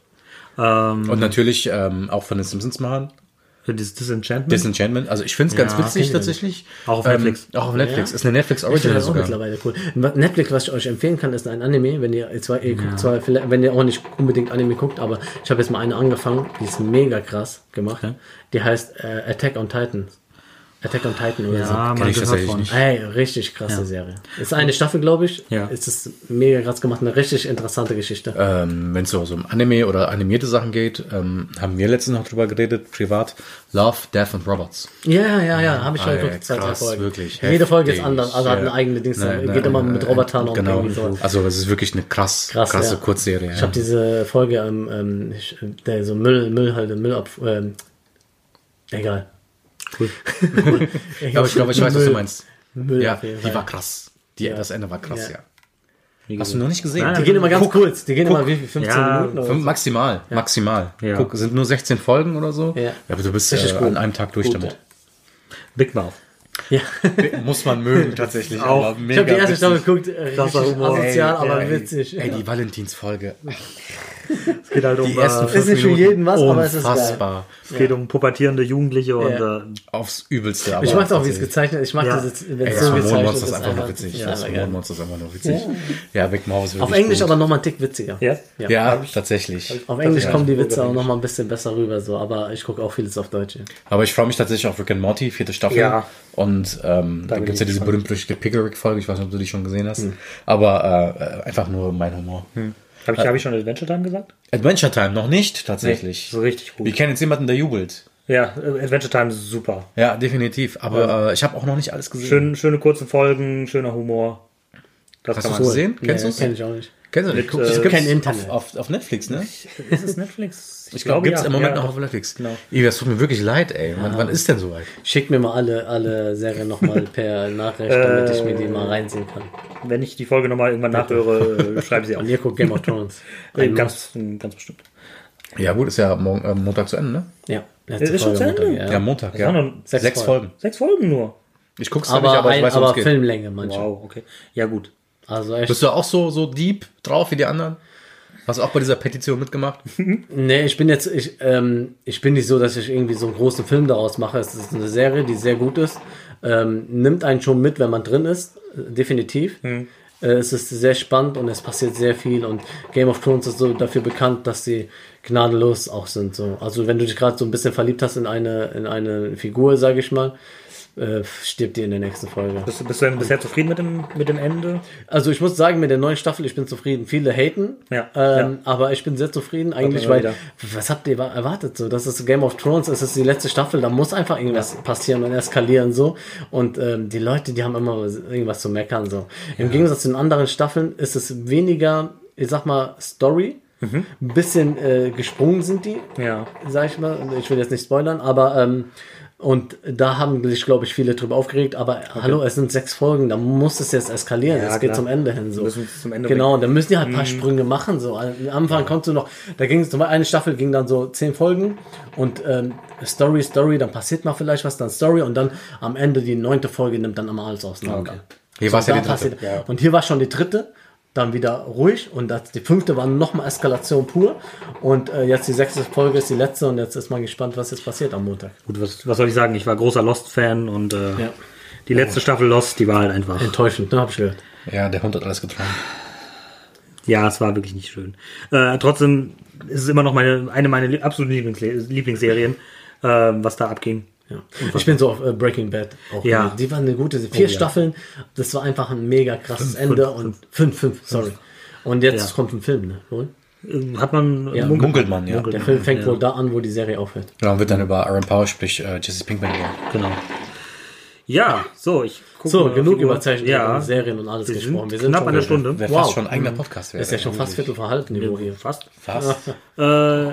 Ähm, Und natürlich ähm, auch von den Simpsons machen. dieses Disenchantment. Disenchantment. Also ich finde es ganz Ja, witzig tatsächlich. Ähm, Auch auf Netflix. Auch auf Netflix. Ist eine Netflix Ich finde Original das auch sogar. mittlerweile cool. Netflix, was ich euch empfehlen kann, ist ein Anime, wenn ihr zwar, ihr guckt zwar vielleicht, wenn ihr auch nicht unbedingt Anime guckt, aber ich habe jetzt mal eine angefangen, die ist mega krass gemacht. Die heißt äh, Attack on Titan. Attack on Titan oder Ja, so. Kenn Ah, man ich gehört tatsächlich von. nicht. Ey, richtig krasse Serie. Ist eine Staffel, glaube ich. Ja. Es Ist mega krass gemacht, eine richtig interessante Geschichte. Ähm, Wenn es so so um Anime oder animierte Sachen geht, ähm, haben wir letztens noch drüber geredet, privat. Love, Death and Robots. Ja, ja, ja, habe ich schon Ey, geguckt, zwei, drei krass, Folgen. wirklich Jede Folge ist heftig, anders, also hat eine ja. eigene Dings. Ne, ne, geht immer ne, mit ne, Robotern und Genau. irgendwie sowas. Also es ist wirklich eine krass, Krass, krasse ja. Kurzserie. Ich ja. habe diese Folge am ähm, ich, der so Müll, Müllhalde, Müllabfuhr. Ähm, egal. Cool. Aber ich glaube, ich weiß, was du meinst. Müll ja, auf jeden die Fall. war krass. Die, Das Ende war krass, Ja. ja. Hast du noch nicht gesehen? Nein, Die gehen immer ganz kurz, die gehen immer wie viel, 15 Ja, Minuten oder Fünf- so. Maximal, maximal. Ja. Guck, sind nur 16 Folgen oder so. Ja. aber du bist Richtig äh, gut. an einem Tag durch Gut, damit. Big Mouth. Ja. Muss man mögen, tatsächlich. Auch. aber Ich habe die erste witzig. Staffel geguckt, äh, richtig Krasser Humor. asozial, Ey, aber ey, witzig. Ey, die Valentinsfolge. Ach, Es geht halt um, Die ersten äh, fünf ist nicht für Minuten. jeden was, aber es ist geil. Unfassbar. es geht um pubertierende Jugendliche und äh, Aufs Übelste. Aber Ich mag's auch, wie es tatsächlich. gezeichnet ist. Ich mag Ja. dieses, wenn Ey, es das so Hormonmonster gezeichnet ist einfach nur witzig. Ja, das aber geil. Hormonmonster ist einfach nur witzig. Ja, Big Mouth ist Auf wirklich Englisch gut. aber nochmal einen Tick witziger. ja. Ja. Ja, tatsächlich. Auf Englisch kommen die Witze auch nochmal ein bisschen besser rüber, so, aber ich gucke auch vieles auf Deutsch. ja. Aber ich freue mich tatsächlich auf Rick and Morty, vierte Staffel. Ja. Und ähm, da bin gibt's ich ja diese berühmt-berüchtigte Pickle-Rick-Folge. Ich weiß nicht, ob du die schon gesehen Hm. hast. Aber äh, äh, einfach nur mein Humor. Habe ich, hab ich schon Adventure Time gesagt? Adventure Time noch nicht, tatsächlich. Nee, so richtig gut. Wir kennen jetzt jemanden, der jubelt. Ja, äh, Adventure Time ist super. Ja, definitiv. Aber Äh, ich habe auch noch nicht alles gesehen. Schön, schöne kurze Folgen, schöner Humor. Das Hast kann du es man gesehen? Kennst Nee, du's? Kenn ich auch nicht. Kennst du nicht? Guck, äh, das gibt's kein Internet. Auf, auf, auf Netflix, ne? Ich, Ist es Netflix? Ich, glaube, gibt's ja. im Moment Ja, noch auf Netflix. Genau. Ey, das tut mir wirklich leid, ey. Wann, wann ist denn soweit? Schick mir mal alle, alle Serien nochmal per Nachricht, damit ich mir die Äh. mal reinsehen kann. Wenn ich die Folge nochmal irgendwann nachhöre, äh, schreibe sie auf. Und ihr guckt Game of Thrones. Äh, Ein ganz, ganz bestimmt. Ja gut, ist ja morgen, äh, Montag zu Ende, ne? Monat. Ja, letzte Ist schon Folge zu Montag, Ende? Ja, Montag, waren ja. noch Sechs, sechs Folgen. Sechs Folgen nur. Ich guck's zwar Aber, nicht, aber ich ein, weiß, aber worum es geht. Filmlänge manchmal. Wow, okay. Ja, gut. Also echt. Bist du auch so, so deep drauf wie die anderen? Hast du auch bei dieser Petition mitgemacht? Nee, ich bin jetzt, ich, ähm, ich bin nicht so, dass ich irgendwie so einen großen Film daraus mache. Es ist eine Serie, die sehr gut ist. Ähm, nimmt einen schon mit, wenn man drin ist, äh, definitiv. Äh, es ist sehr spannend und es passiert sehr viel. Und Game of Thrones ist so dafür bekannt, dass sie gnadenlos auch sind. So. Also wenn du dich gerade so ein bisschen verliebt hast in eine, in eine Figur, sage ich mal, äh, stirbt die in der nächsten Folge. Bist, du- bist du denn bisher zufrieden mit dem, mit dem Ende? Also ich muss sagen, mit der neuen Staffel, ich bin zufrieden. Viele haten, Ja, ähm, aber ich bin sehr zufrieden eigentlich, immer weil wieder. was habt ihr wa- erwartet? So, das ist Game of Thrones, es ist die letzte Staffel, da muss einfach irgendwas passieren und eskalieren so. Und ähm, die Leute, die haben immer was- irgendwas zu meckern so. Im Gegensatz zu den anderen Staffeln ist es weniger, ich sag mal Story. Ein bisschen äh, gesprungen sind die, Mhm. Ja. sag ich mal. Ich will jetzt nicht spoilern, aber ähm, und da haben sich, glaube ich, viele drüber aufgeregt. Aber hallo, es sind sechs Folgen, da muss es jetzt eskalieren. Ja, es geht klar. zum Ende hin so. Müssen es zum Ende genau, dann müssen die halt ein paar Sprünge machen so. Am Anfang konntest du noch, da ging es zum Beispiel eine Staffel ging dann so zehn Folgen und ähm, Story, Story, dann passiert mal vielleicht was, dann Story und dann am Ende die neunte Folge nimmt dann immer alles auseinander. Hier war's ja da die dritte. passiert- Und hier war schon die dritte, dann wieder ruhig und das, die fünfte war nochmal Eskalation pur. Und äh, jetzt die sechste Folge ist die letzte und jetzt ist man gespannt, was jetzt passiert am Montag. Gut, was, was soll ich sagen? Ich war großer Lost-Fan und äh, Ja. die letzte Staffel Lost, die war halt einfach. Enttäuschend, ne, hab ich gehört. Ja, der Hund hat alles getragen. Ja, es war wirklich nicht schön. Äh, trotzdem ist es immer noch meine, eine meiner lie- absoluten Lieblings Lieblingsserien, äh, was da abging. Ja. Ich bin so auf äh, Breaking Bad. Auch Ja. Oh Die waren eine gute, vier ja. Staffeln. Das war einfach ein mega krasses Ende und fünf, fünf, sorry. Und jetzt Ja. kommt ein Film, ne? Wohl? Äh, Hat man Ja, Munkelt man, ja. Der Film fängt wohl da an, wo die Serie aufhört. Genau, wird dann über Aaron Powell, sprich äh, Jesse Pinkman gehen. Genau. Ja, so, ich gucke So, mal auf genug die Uhr. über Zeichentrick ja, und Serien und alles Wir gesprochen. sind knapp schon an der wieder- Stunde. Wäre Wow. Mhm. fast schon ein eigener Podcast. Wäre Ist ja schon fast Viertel vor halb Niveau hier. Fast. Fast. Wollen Äh,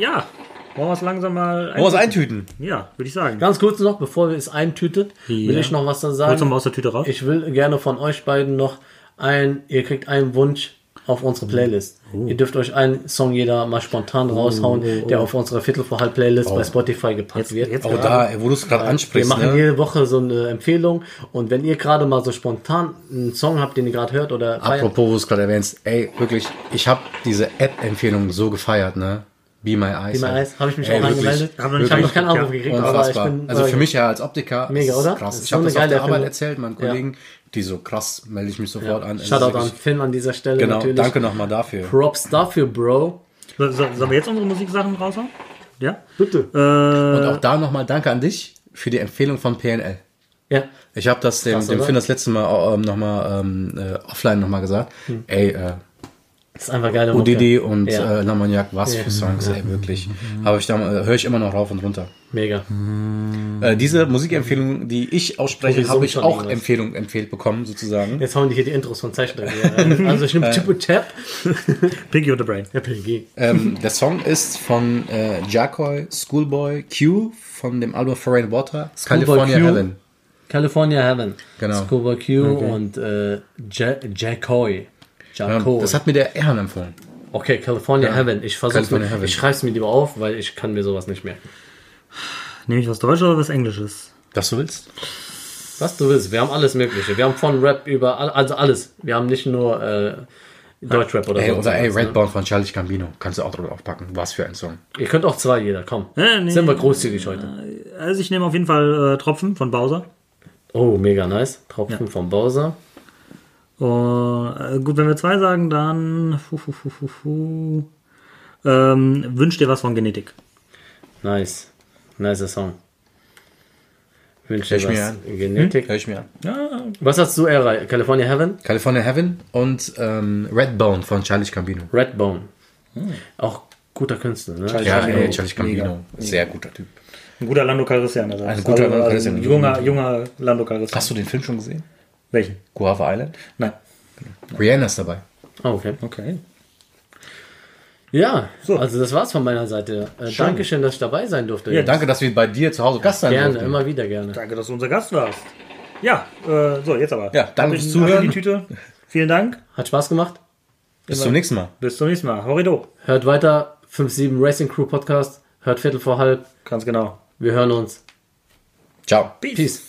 ja, wollen wir es langsam mal ein wir es eintüten? Ja, würde ich sagen. Ganz kurz noch, bevor wir es eintütet, will Ja. ich noch was dann Holst du sagen. mal aus der Tüte raus? Ich will gerne von euch beiden noch ein, ihr kriegt einen Wunsch auf unsere Playlist. Oh. Ihr dürft euch einen Song jeder mal spontan raushauen, der auf unsere Viertel vor halb Playlist bei Spotify gepackt wird. jetzt Oh, da, wo du es gerade Wir ansprichst. machen Ne? jede Woche so eine Empfehlung und wenn ihr gerade mal so spontan einen Song habt, den ihr gerade hört oder feiert, Apropos, wo du es gerade erwähnst, ey, wirklich, ich habe diese App-Empfehlung so gefeiert, ne? Be My Eyes. wie mein halt. Eis, habe ich mich Ey, auch wirklich, angemeldet. Ich Hab habe noch nicht noch keinen angeguckt, Anruf ja. gekriegt, aber ich Unfassbar. bin also äh, für mich ja als Optiker. Mega, ist es oder? Krass. Ist Ich so habe eine das auf geile der Arbeit Erfindung. erzählt, meinen Ja. Kollegen, die so krass melde ich mich sofort an. Es ist Shoutout an wirklich- Finn an dieser Stelle Genau, natürlich. danke nochmal dafür. Props dafür, Bro. So, sollen wir jetzt unsere Musiksachen raushauen? Ja? Bitte. Und Äh, auch da nochmal danke an dich für die Empfehlung von PNL. Ja. Ich habe das dem, Krass, dem oder? Finn das letzte Mal ähm, nochmal ähm, äh, offline nochmal gesagt. Ey, äh, Ist einfach geile Mucke. Udidi und Hm. Ja. äh, Lamagnac, was Ja. für Songs, ey, wirklich. Habe ich da, äh, höre ich immer noch rauf und runter. Mega. Äh, diese Musikempfehlung, die ich ausspreche, Hm. Sowieso habe ich schon auch irgendwas. Empfehlung empfehlt bekommen, sozusagen. Jetzt hauen die hier die Intros von Zeichentrick. also ich nehme Chip und Tap. Piggy und the Brain. RPG. Ähm, der Song ist von äh, Jakoi, Schoolboy Q von dem Album Foreign Water, California Q. Heaven. California Heaven. Genau. Scuba Q und äh, Ja- Jacoy. Ja, Jacoy. das hat mir der Erhan empfohlen. okay, California Ja. Heaven. Ich versuch's California mir. Heaven. Ich schreib's mir lieber auf, weil ich kann mir sowas nicht merken. Nehme ich was Deutsches oder was Englisches? Das du willst? Was du willst, wir haben alles Mögliche. Wir haben von Rap über, all- also alles. Wir haben nicht nur äh, Deutschrap oder Ey, sonst oder ey, was, ne? Redbone von Charlie Gambino. Kannst du auch drauf aufpacken. Was für ein Song. Ihr könnt auch zwei jeder, komm. Äh, nee. Sind wir großzügig heute. Also ich nehme auf jeden Fall äh, Tropfen von Bowser. Oh, mega nice. Tropfen vom Bowser. Oh, äh, gut, wenn wir zwei sagen, dann fu, fu, fu, fu, fu. Ähm, wünsch dir was von Genetik. Nice. Nice Song. Wünsche Hör ich dir was. mir an. Hm? Genetik. Hör ich mir an. Was hast du, Era? California Heaven? California Heaven und ähm, Redbone von Charlie Gambino. Redbone. Auch guter Künstler, ne? Ja, oh, Gambino. ey, Hm. Charlie Gambino. Sehr guter Typ. Ein guter Lando Calrissian. Also Ein guter Lando Calrissian. ein junger, junger Lando Calrissian. Hast du den Film schon gesehen? Welchen? Guava Island? Nein. Rihanna ist dabei. Ah, okay. Okay. Ja, also das war's von meiner Seite. Äh, Dankeschön, dass ich dabei sein durfte. Ja, Danke, dass wir bei dir zu Hause Gast sein gerne, durften. immer wieder gerne. Danke, dass du unser Gast warst. Ja, äh, so, jetzt aber. Ja, danke Ab in- fürs Zuhören. ab in die Tüte. Vielen Dank. Hat Spaß gemacht. Bis zum nächsten Mal. Bis zum nächsten Mal. Horrido. Hört weiter. 5-7 Racing Crew Podcast. Hört Viertel vor halb. Ganz genau. Wir hören uns. Ciao. Peace. Peace.